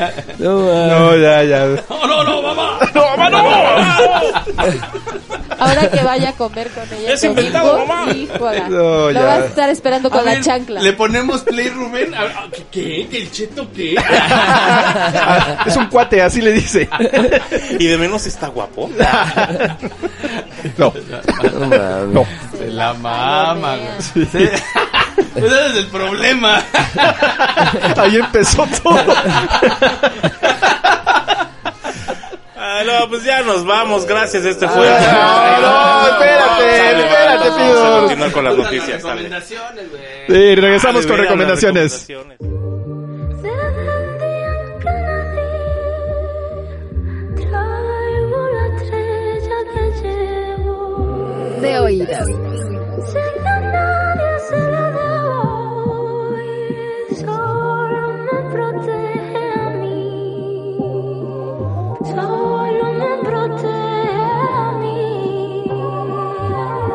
E: <laughs> No, ma.
C: No, ya, ya.
F: No, no, no, mamá.
B: Ahora que vaya a comer con ella.
A: Es
B: el domingo,
A: inventado, mamá.
B: híjola,
C: No,
B: lo
C: ya.
B: va a estar esperando con
F: A
B: la
F: ver,
B: chancla.
F: Le ponemos play, Rubén. A ver, ah, ¿qué- ¿Qué? ¿Que el cheto
B: <laughs>
F: qué?
C: Ah, es un cuate, así le dice.
A: Y de menos está guapo.
C: No,
E: No, mames.
C: no.
F: Se la mama,
B: no,
F: güey. Sí. <laughs> Ese es el problema.
C: Ahí empezó todo.
A: Ah, no, pues ya nos vamos. Gracias, este fue.
C: Ah, no, espérate,
A: Sale, va.
C: espérate,
A: Vamos a
C: Pidor.
A: continuar con las
F: Puta,
A: noticias. sale.
F: recomendaciones, güey.
C: Sí, regresamos
A: Dale,
C: con
A: vean las
C: recomendaciones.
A: recomendaciones.
D: Traigo una estrella que llevo.
B: De oídas.
D: Sé que nadie se la dejó y solo me protege a mí. Solo me protege a mí.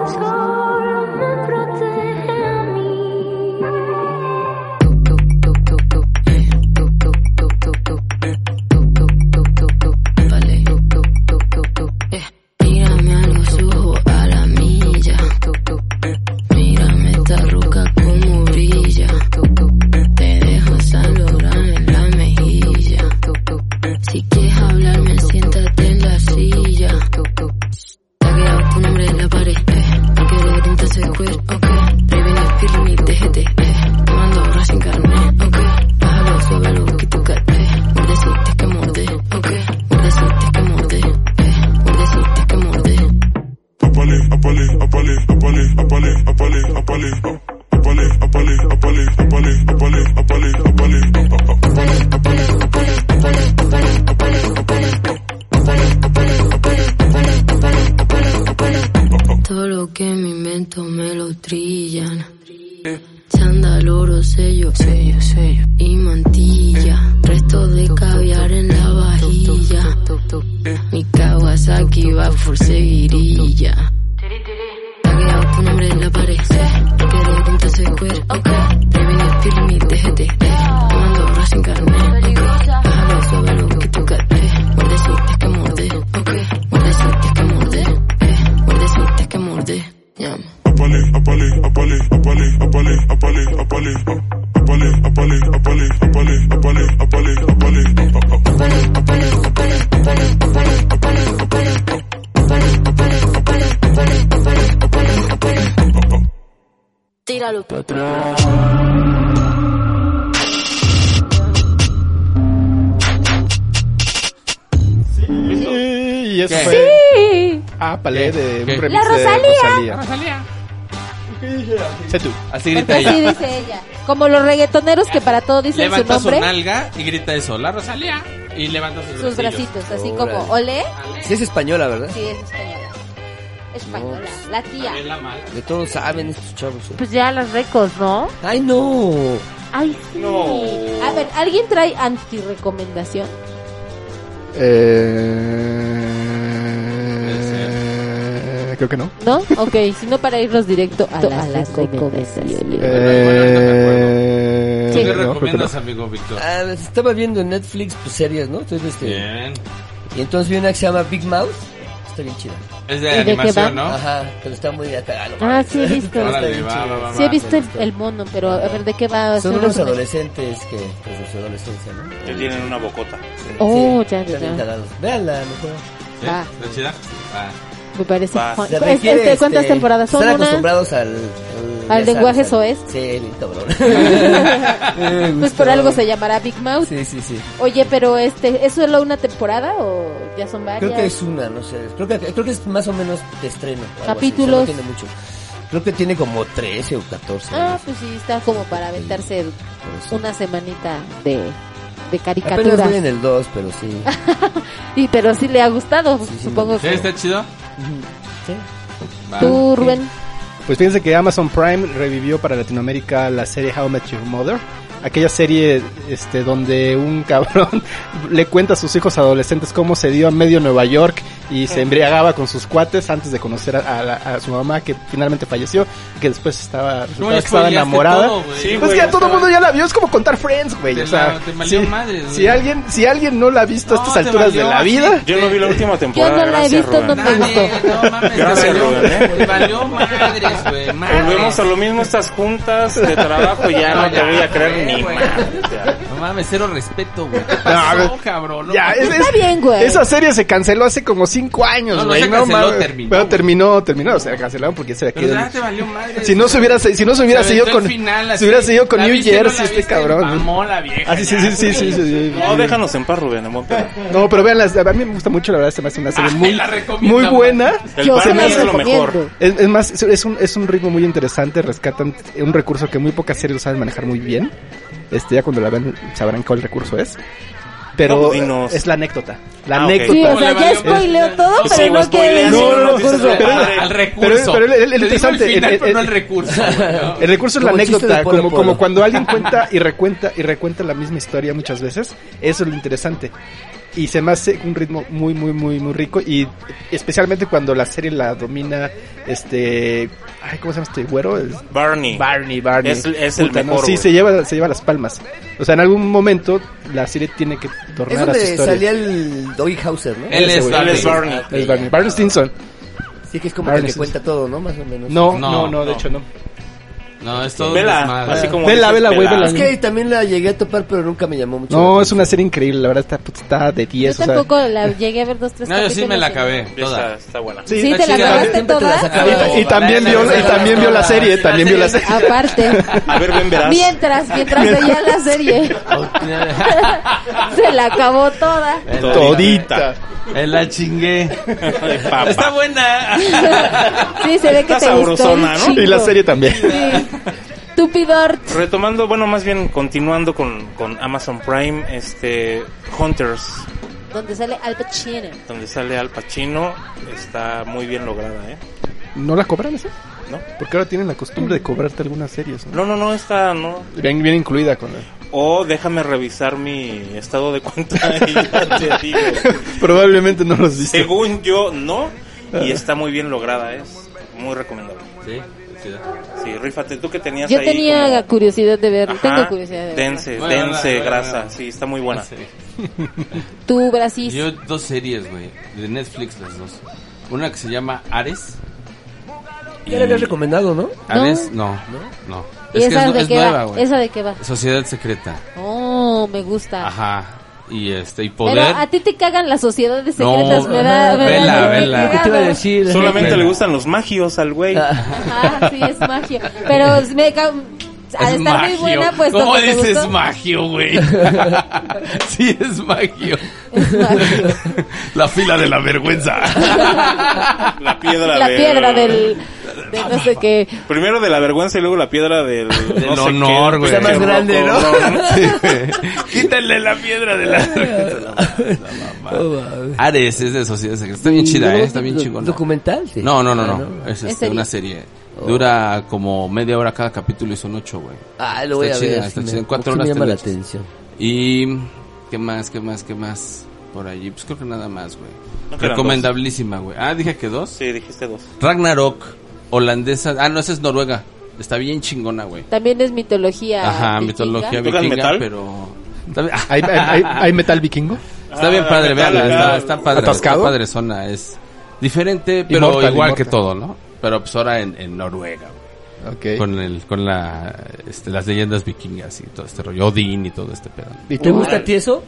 D: Solo me protege a mí.
J: Tírame a los ojos a la milla. Mírame esta ruca como brilla. Te dejo salorar en la mejilla. Si quieres hablarme, siéntate en la silla. Taguea tu nombre en la pared. Eh. Porque de tinta se cuerpo, ok. Reviene firme y déjete. Eh. Tomando ahora sin carne, ok. Bájalo suave lo que toca, eh. Mordecite que morde, ok. Mordecite que morde, eh. Mordecite que morde. Todo lo que me invento me lo trillan. Chándal, oro, sello, eh, Eh. Mi Kawasaki va por seguirilla. Tagueado tu nombre en la pared. Te quedé atento a ese cuero. Ok. Previne el film y déjate. Tomando arroz sin carne. Ok. Bájalo suave lo que tú cate. Muerdecita que morde. Ok. Muerdecita que morde. Eh. Muerdecita que morde. Llama. Tíralo pa' atrás.
C: Y eso
D: ¿Qué?
C: fue.
D: Sí.
C: Ah,
F: Eh,
C: palé de
D: ¿Qué?
C: un remix
D: La
C: de
D: Rosalía.
C: Rosalía.
D: Rosalía.
C: Sé tú.
B: Porque
F: Así grita
B: así
F: ella.
B: dice ella. Como los reggaetoneros que para todo dicen Pues su
F: Levanta su
B: nombre,
F: nalga y grita eso, la Rosalía. Y levanta sus,
B: sus
F: bracillos.
B: bracitos, así
E: Órale.
B: como, ole.
E: Sí es española, ¿verdad?
B: Sí, es española. Española, la tía.
E: De todos saben estos chavos. ¿eh?
B: Pues ya los recos, ¿no?
E: Ay, no.
B: Ay, sí. A ver, ¿alguien trae antirecomendación?
C: Eh... Creo que no.
B: ¿No? Ok, si no para irnos directo a, las, recomendaciones.
C: Eh...
E: Sí.
F: ¿Qué
E: No, creo que
F: recomiendas,
E: no.
F: amigo Víctor?
E: Ah, pues, estaba viendo en Netflix pues, series, ¿no? Entonces, este,
F: Bien.
E: Y entonces vi una que se llama Big Mouth. Está bien chida.
F: Es de ¿Y de qué animación, va? ¿no?
E: Ajá, pero está muy acá.
B: Ah, sí he visto. Sí he visto el, el mono, pero a ver, ¿de qué va?
E: Son
B: Solo
E: unos
B: recomendación.
E: adolescentes que, pues, de su adolescencia, ¿no?
A: Que tienen una bocota.
B: Oh, ya, ya,
E: están bien
B: ya.
E: cagados. Véanla, mejor.
F: ¿Sí?
B: Ah.
F: ¿Está chida? Ah.
B: Me parece.
E: Se
B: Este,
E: requiere,
B: este, ¿Cuántas temporadas son?
E: Están
B: Una.
E: acostumbrados al...
B: Al
E: ya sabes,
B: lenguaje
E: al-
B: soez.
E: Sí, bien cabrón.
B: <laughs>
E: Me
B: pues
E: gustó.
B: por algo se llamará Big Mouth.
E: Sí, sí, sí.
B: Oye, pero este, ¿es solo una temporada o ya son varias?
E: Creo que es una, no sé. Creo que, creo que es más o menos de estreno. o algo así, o sea,
B: Capítulos.
E: no tiene mucho. Creo que tiene como 13 o 14.
B: Ah, pues sí, está como para aventarse una semanita
E: de
B: de
E: Apenas
B: caricaturas.
E: voy en el 2, pero sí. <laughs>
B: Y pero sí le ha gustado, supongo
F: ¿Sí? este
B: que.
F: ¿Está chido?
E: Sí.
F: Va.
B: Tú, Rubén.
C: Pues fíjense que Amazon Prime revivió para Latinoamérica la serie How I Met Your Mother. Aquella serie este, donde un <laughs> cabrón le cuenta a sus hijos adolescentes cómo se dio a medio Nueva York y se embriagaba con sus cuates antes de conocer a, a la- a su mamá que finalmente falleció, que después estaba, resultaba que estaba
F: spoileaste
C: enamorada.
F: todo, güey. Sí,
C: Pues
F: güey,
C: que a todo
F: estaba-
C: mundo ya la vio, es como contar Friends, güey.
F: Te
C: o sea,
F: la- te valió
C: si-
F: madre, güey.
C: si alguien, si alguien no la ha visto a
F: No,
C: estas
F: te
C: alturas
F: valió,
C: de la
F: sí.
C: vida.
A: Yo no vi la última
B: Yo
A: temporada.
B: no la he
A: gracias,
B: visto, no
A: Rubén.
B: me gustó.
A: Gracias, Rubén. ¿eh?
F: Te valió madres, güey. madres.
A: Volvemos Pues a lo mismo, estas juntas de trabajo ya no te voy a creer
B: <laughs>
A: ni madre. ya.
F: No mames, cero respeto, güey. ¿Qué
C: <laughs> No, a
F: pasó,
C: ver.
F: cabrón? No,
C: Ya,
F: mames.
C: es- es-
B: bien, güey.
C: Esa serie se canceló hace como 5 años,
F: No, no
C: güey.
F: se canceló,
C: mames.
F: terminó,
C: Pero terminó, terminó, o sea, cancelaron porque se
F: Pero ya
C: quedó.
F: te valió madre.
C: Si no se hubiera, si no se hubiera seguido con, si hubiera seguido con New Jersey este cabrón.
F: Amó la vieja.
C: Ah, sí, sí,
F: ya.
C: sí, sí, sí, sí, sí.
A: No, déjanos en paz, Rubén. en buen pedo.
C: No, pero vean, las, a mí me gusta mucho, la verdad, se me hace una serie
F: Ay,
C: muy,
F: Ah, la recomiendo,
C: muy buena.
A: El
B: Yo
A: pan
B: se la
A: es lo
B: recomiendo.
A: mejor.
C: Es, es más, es- es un, es un ritmo muy interesante, rescatan un recurso que muy pocas series lo saben manejar muy bien. Este, ya cuando la vean sabrán cuál recurso es.
A: No,
C: Pero
A: pues, dinos.
C: es la anécdota. La
A: Ah, ok.
C: anécdota.
B: Sí, o
F: ¿Cómo le
B: sea, ya
F: valió?
B: spoileo todo,
A: Pues sí,
B: pero
A: güey,
B: no quiere
A: spoilea,
B: decir
A: sí,
C: No, no,
A: güey,
C: no,
A: dices,
C: pero-
A: ah,
F: Al
A: el-
F: recurso.
C: pero el- el- el
F: Te digo
C: interesante,
F: el final,
C: el-
F: pero no
C: el-
F: el recurso. güey, ¿no?
C: El recurso es la
E: Como chiste
C: anécdota,
E: de Polo
C: como,
E: Polo.
C: como cuando
E: <laughs>
C: alguien cuenta y recuenta y recuenta la misma historia muchas veces, eso es lo interesante. Y se me hace un ritmo muy, muy, muy, muy rico y especialmente cuando la serie la domina este, ay, ¿cómo se llama este güero? El-
A: Barney.
C: Barney, Barney.
A: Es- es el mejor,
C: Sí,
A: güey.
C: se lleva, se lleva las palmas. O sea, en algún momento la serie tiene que
E: Es
C: tornar a su
E: donde
C: historia.
E: salía el Doggy Hauser, ¿no?
F: <laughs> Él es
C: güey.
A: Él
F: Barney.
A: es Barney.
E: ok,
C: Es
E: ya.
C: Barney. Barney Stinson.
E: Sí, que es como
C: Barney
E: el que
C: Stinson.
E: cuenta todo, ¿no? Más o menos.
C: No, no, no,
F: no.
C: de hecho no.
F: No, es todo
A: Vela,
F: desmadre.
A: así como
C: Vela,
A: dices,
C: vela, güey,
E: Ah, Es
C: vela.
E: que también la llegué a topar, pero nunca me llamó mucho.
C: No, es una serie increíble, la verdad está, pues, está de 10.
B: Yo
C: o sea,
B: tampoco la llegué a ver dos, tres
F: No, yo sí me la
B: capítulos
F: acabé.
A: Ya Está, <laughs>
F: Toda. <laughs>
A: está buena.
B: y- Sí,
F: Está
B: te la Ah,
F: chida.
B: acabaste
E: Siempre te las
B: toda.
E: acabas.
C: Y, y también vio, y también vio la serie, también vio la serie.
B: Aparte.
A: ver, ven, verás.
B: Mientras, mientras veía la serie, se la acabó toda.
F: <laughs>
A: Todita.
F: Eh, La chingué. <laughs>
A: Ay, papá.
F: Está buena.
B: Sí, se ve que
A: Está
B: te gustó. un
A: sabrosona, ¿no?
B: chingo.
C: Y la serie también.
B: Sí. Tupidor.
A: Retomando, bueno, más bien continuando con, con Amazon Prime, este Hunters,
B: Donde sale Al Pacino.
A: donde sale Al Pacino, está muy bien lograda, ¿eh?
C: ¿No la cobran esa?
A: ¿No?
C: Porque ahora tienen la costumbre de cobrarte algunas series, ¿no?
A: No, no, no, esta no.
C: Bien, bien incluida con la...
A: O déjame revisar mi estado de cuenta <laughs> y ya te digo.
C: <laughs>
I: Probablemente no los viste.
A: Según yo, no. Y está muy bien lograda, ¿eh? es muy recomendable.
F: Sí,
A: Sí, rífate, tú que tenías
B: Yo
A: ahí
B: tenía
A: como-
B: la curiosidad de ver,
A: Ajá,
B: tengo curiosidad de ver.
A: Dense,
F: Bueno,
A: dense,
F: bueno, bueno,
A: grasa.
F: bueno.
A: Sí, está muy buena.
B: Tú, Brasis,
F: Yo dos series, güey, de Netflix las dos. Una que se llama Ares.
E: Ya la habías recomendado, ¿no?
F: Ares, no, no.
B: ¿Y
F: Es que
B: esa
F: es,
B: de
F: es
B: qué va?
F: nueva, güey.
B: ¿Esa de qué va?
F: Sociedad secreta.
B: oh, me gusta.
F: Ajá. Y este y
B: Pero
F: poder.
B: a ti te cagan las sociedades
F: No,
B: secretas, me da- me da-
F: vela,
B: me
F: vela.
B: caga.
E: ¿Qué te iba a decir?
A: Solamente
F: Vela.
A: le gustan los magios al güey.
B: Ah. Ajá, sí, es magia.
F: <laughs>
B: Pero me ca- ha de
F: Es
B: estar muy
F: magio.
B: buena, pues.
F: ¿Cómo
B: como te
F: dices
B: gustó.
F: magio,
B: <laughs>
F: güey? sí, es magio. la fila de
B: <laughs>
F: la vergüenza.
A: La piedra
B: La
A: del-
B: piedra del.
F: <laughs>
B: de no sé qué.
A: Primero de la vergüenza y luego la piedra del.
F: Del
A: no sé
F: honor,
A: qué,
F: güey.
A: qué
E: Está más
A: roco,
E: grande, ¿no?
F: Quítale la piedra de la
B: <laughs>
F: vergüenza. La mamá. Ares es de sociedad secreta. Está bien chida, ¿eh? Está bien chingona.
E: ¿Documental? Sí.
F: No, no, no,
E: Ah,
F: no. Es, este,
B: serie.
F: una serie. Oh. Dura como media hora cada capítulo y son ocho, güey.
E: Ah, lo voy
F: Está
E: a ver.
F: chida,
E: sí
F: está
E: me-
F: chida. En cuatro
E: sí
F: horas
E: me llama
F: te la
E: la
F: echas.
E: atención.
F: Y qué más, qué más, qué más por allí. Pues creo que nada más, güey.
A: No quedan
F: Recomendabilísima, güey. Ah, dije que dos.
A: Sí, dijiste dos.
F: Ragnarok, holandesa. Ah, no, esa es Noruega. Está bien chingona, güey.
B: También es mitología.
F: Ajá,
B: vikinga.
F: mitología
A: ¿Tocan
F: vikinga,
A: metal?
F: pero está bien, Ah,
C: ¿Hay, hay, hay- hay metal vikingo?
F: está bien
A: Ah,
F: padre,
A: metal,
F: veanla, está,
A: metal.
F: está padre,
C: ¿Atascado?
F: está padrezona, es diferente, pero
C: Inmortal,
F: igual
C: inmortal.
F: que todo, ¿no? Pero pues ahora en, en Noruega, güey.
C: Ok.
F: con el con la este, las leyendas vikingas y todo este rollo Odín y todo este pedo.
E: ¿Y te gusta a ti eso?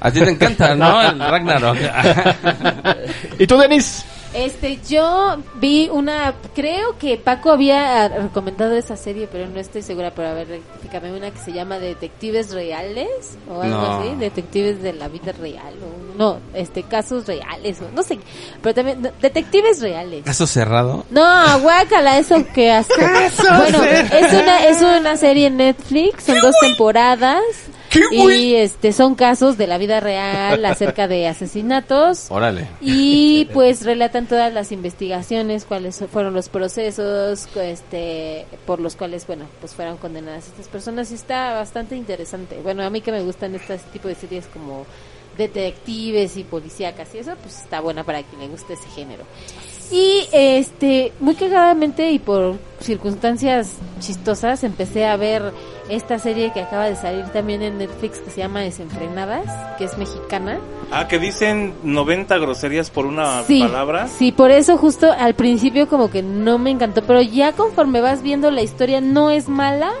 F: A ti te
C: <laughs>
F: encanta, ¿no? El Ragnarok. <laughs>
C: ¿Y tú, Denis?
B: Este, yo vi una. Creo que Paco había ah, recomendado esa serie, pero no estoy segura. Pero a ver, rectifícame una que se llama Detectives Reales o algo
F: No.
B: así. Detectives de la vida real. O, no, este, casos reales. O, no sé. Pero también. no, detectives Reales.
F: Caso cerrado.
B: No, guácala, eso que asco. bueno, es una, es una serie en Netflix, son dos temporadas. Y este son casos de la vida real acerca de asesinatos.
F: Órale. <laughs>
B: Y pues relatan todas las investigaciones, cuáles fueron los procesos este, por los cuales, bueno, pues fueron condenadas estas personas. Y está bastante interesante. Bueno, a mí que me gustan este tipo de series como detectives y policíacas y eso, pues está buena para quien le guste ese género. Y este, muy cagadamente y por circunstancias chistosas, empecé a ver esta serie que acaba de salir también en Netflix que se llama Desenfrenadas, que es mexicana.
A: Ah, que dicen 90 groserías por una palabra.
B: Sí, por eso justo al principio como que no me encantó, pero ya conforme vas viendo la historia no es mala,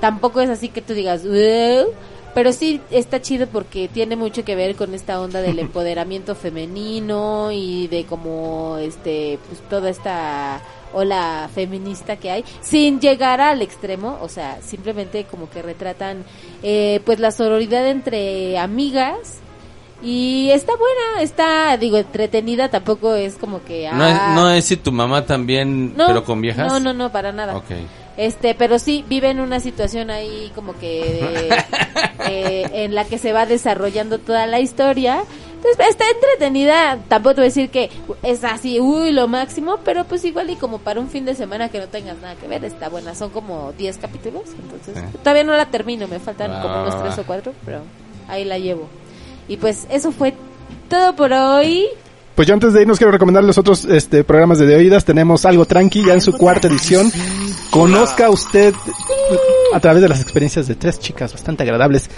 B: tampoco es así que tú digas, "Wow", pero sí está chido porque tiene mucho que ver con esta onda
F: <laughs>
B: del empoderamiento femenino y de como este pues toda esta ola feminista que hay sin llegar al extremo, o sea, simplemente como que retratan eh, pues la sororidad entre amigas y está buena, está, digo, entretenida, tampoco es como que...
F: No es,
B: ah,
F: no es si tu mamá también,
B: no,
F: pero con viejas.
B: No, no, no, para nada.
F: Ok.
B: Este, pero sí, vive en una situación ahí como
F: <laughs>
B: que... eh, en la que se va desarrollando toda la historia. Entonces, está entretenida, tampoco te voy a decir que es así, uy, lo máximo, pero pues igual y como para un fin de semana que no tengas nada que ver, está buena. Son como 10 capítulos, entonces
F: Sí.
B: todavía no la termino, me faltan
F: Ah,
B: como unos
F: va,
B: 3
F: va.
B: o 4, pero ahí la llevo. Y pues eso fue todo por hoy.
C: Pues yo antes de irnos quiero recomendar los otros este, programas de, de oídas. Tenemos Algo Tranqui ya en su cuarta edición. Conozca usted a través de las experiencias de tres chicas bastante agradables.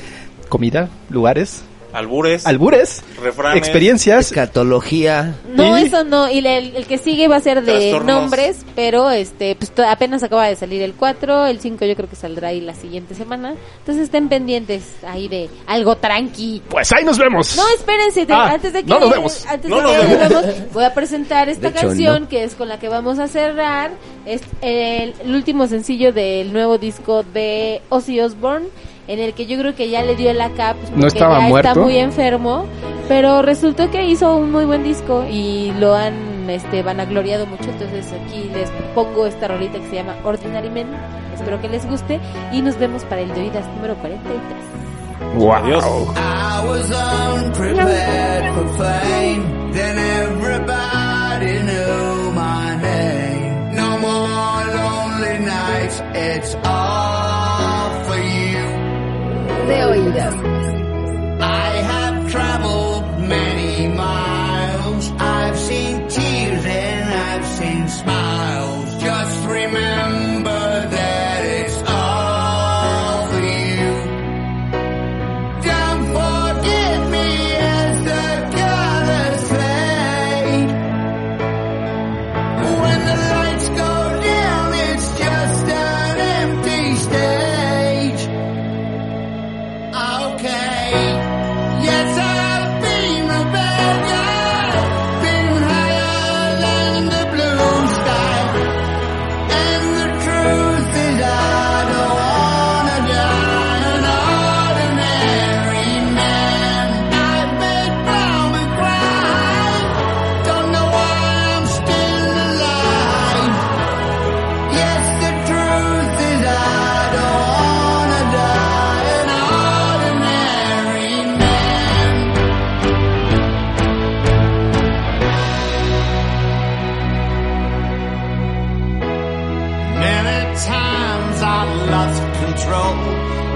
C: Comida, lugares,
A: Albures,
C: albures,
A: refranes.
C: experiencias.
E: Escatología.
B: No,
C: ¿Y?
B: eso no. Y le- el, el que sigue va a ser de
A: Trastornos.
B: nombres, pero este pues, to- apenas acaba de salir el 4, el 5 yo creo que saldrá ahí la siguiente semana. Entonces estén pendientes ahí de algo tranqui.
C: Pues ahí nos vemos.
B: No, espérense, te-
C: Ah,
B: antes de que
C: no nos vemos.
B: antes
A: No
B: de
A: nos
B: que
A: vemos.
B: nos vemos, voy a presentar esta
E: De hecho,
B: canción
E: no.
B: que es con la que vamos a cerrar es el, el último sencillo del nuevo disco de Ozzy Osbourne en el que yo creo que ya le dio la cap pues,
C: ¿No
B: porque
C: estaba
B: ya
C: muerto?
B: está muy enfermo, pero resultó que hizo un muy buen disco y lo han este vanagloriado mucho, entonces aquí les pongo esta rolita que se llama Ordinary Men. Espero que les guste y nos vemos para el de oídas número 43.
A: Adiós.
K: I was unprepared for fame. Then everybody knew my name. No more lonely nights. It's all for you.
D: Vegas. I have traveled many miles. I've seen tears and I've seen smiles. Just remember that it's all for you. Don't forgive me as the colors fade. When the lights go down, it's just an empty stage. Okay. Yes, I've been a bad guy. Been higher than the blue sky. And the truth is I don't wanna die an ordinary man. I've made brown and cry. Don't know why I'm still alive. Yes, the truth is I don't wanna die an ordinary man. Many times I lost control.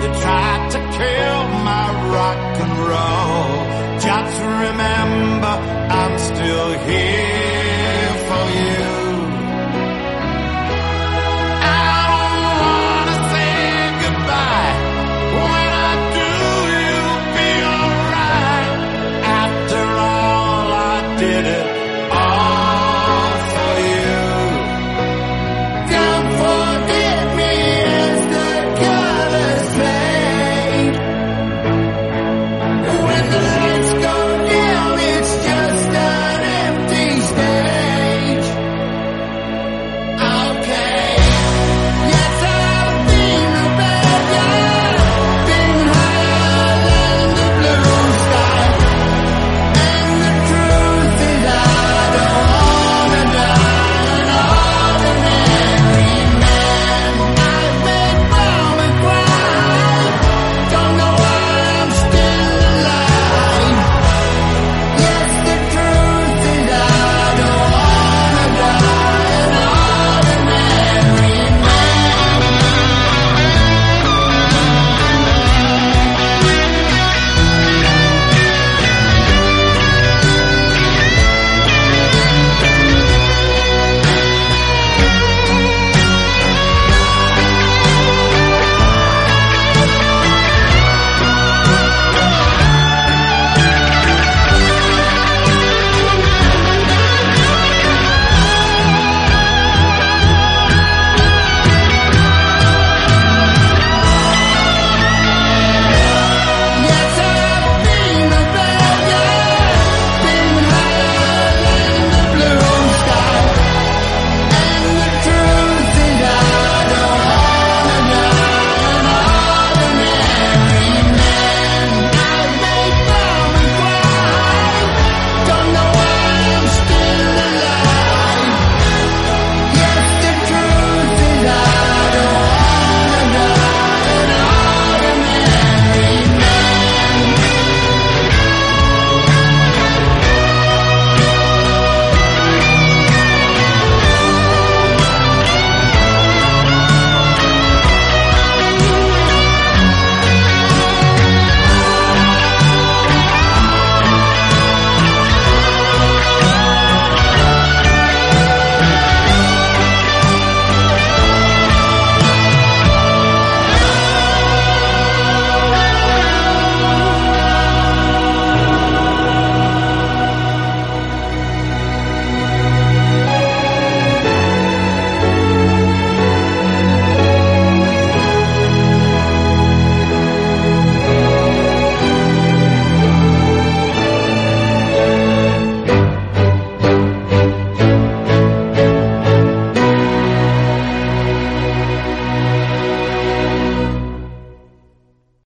D: They tried to kill my rock and roll. Just remember, I'm still here.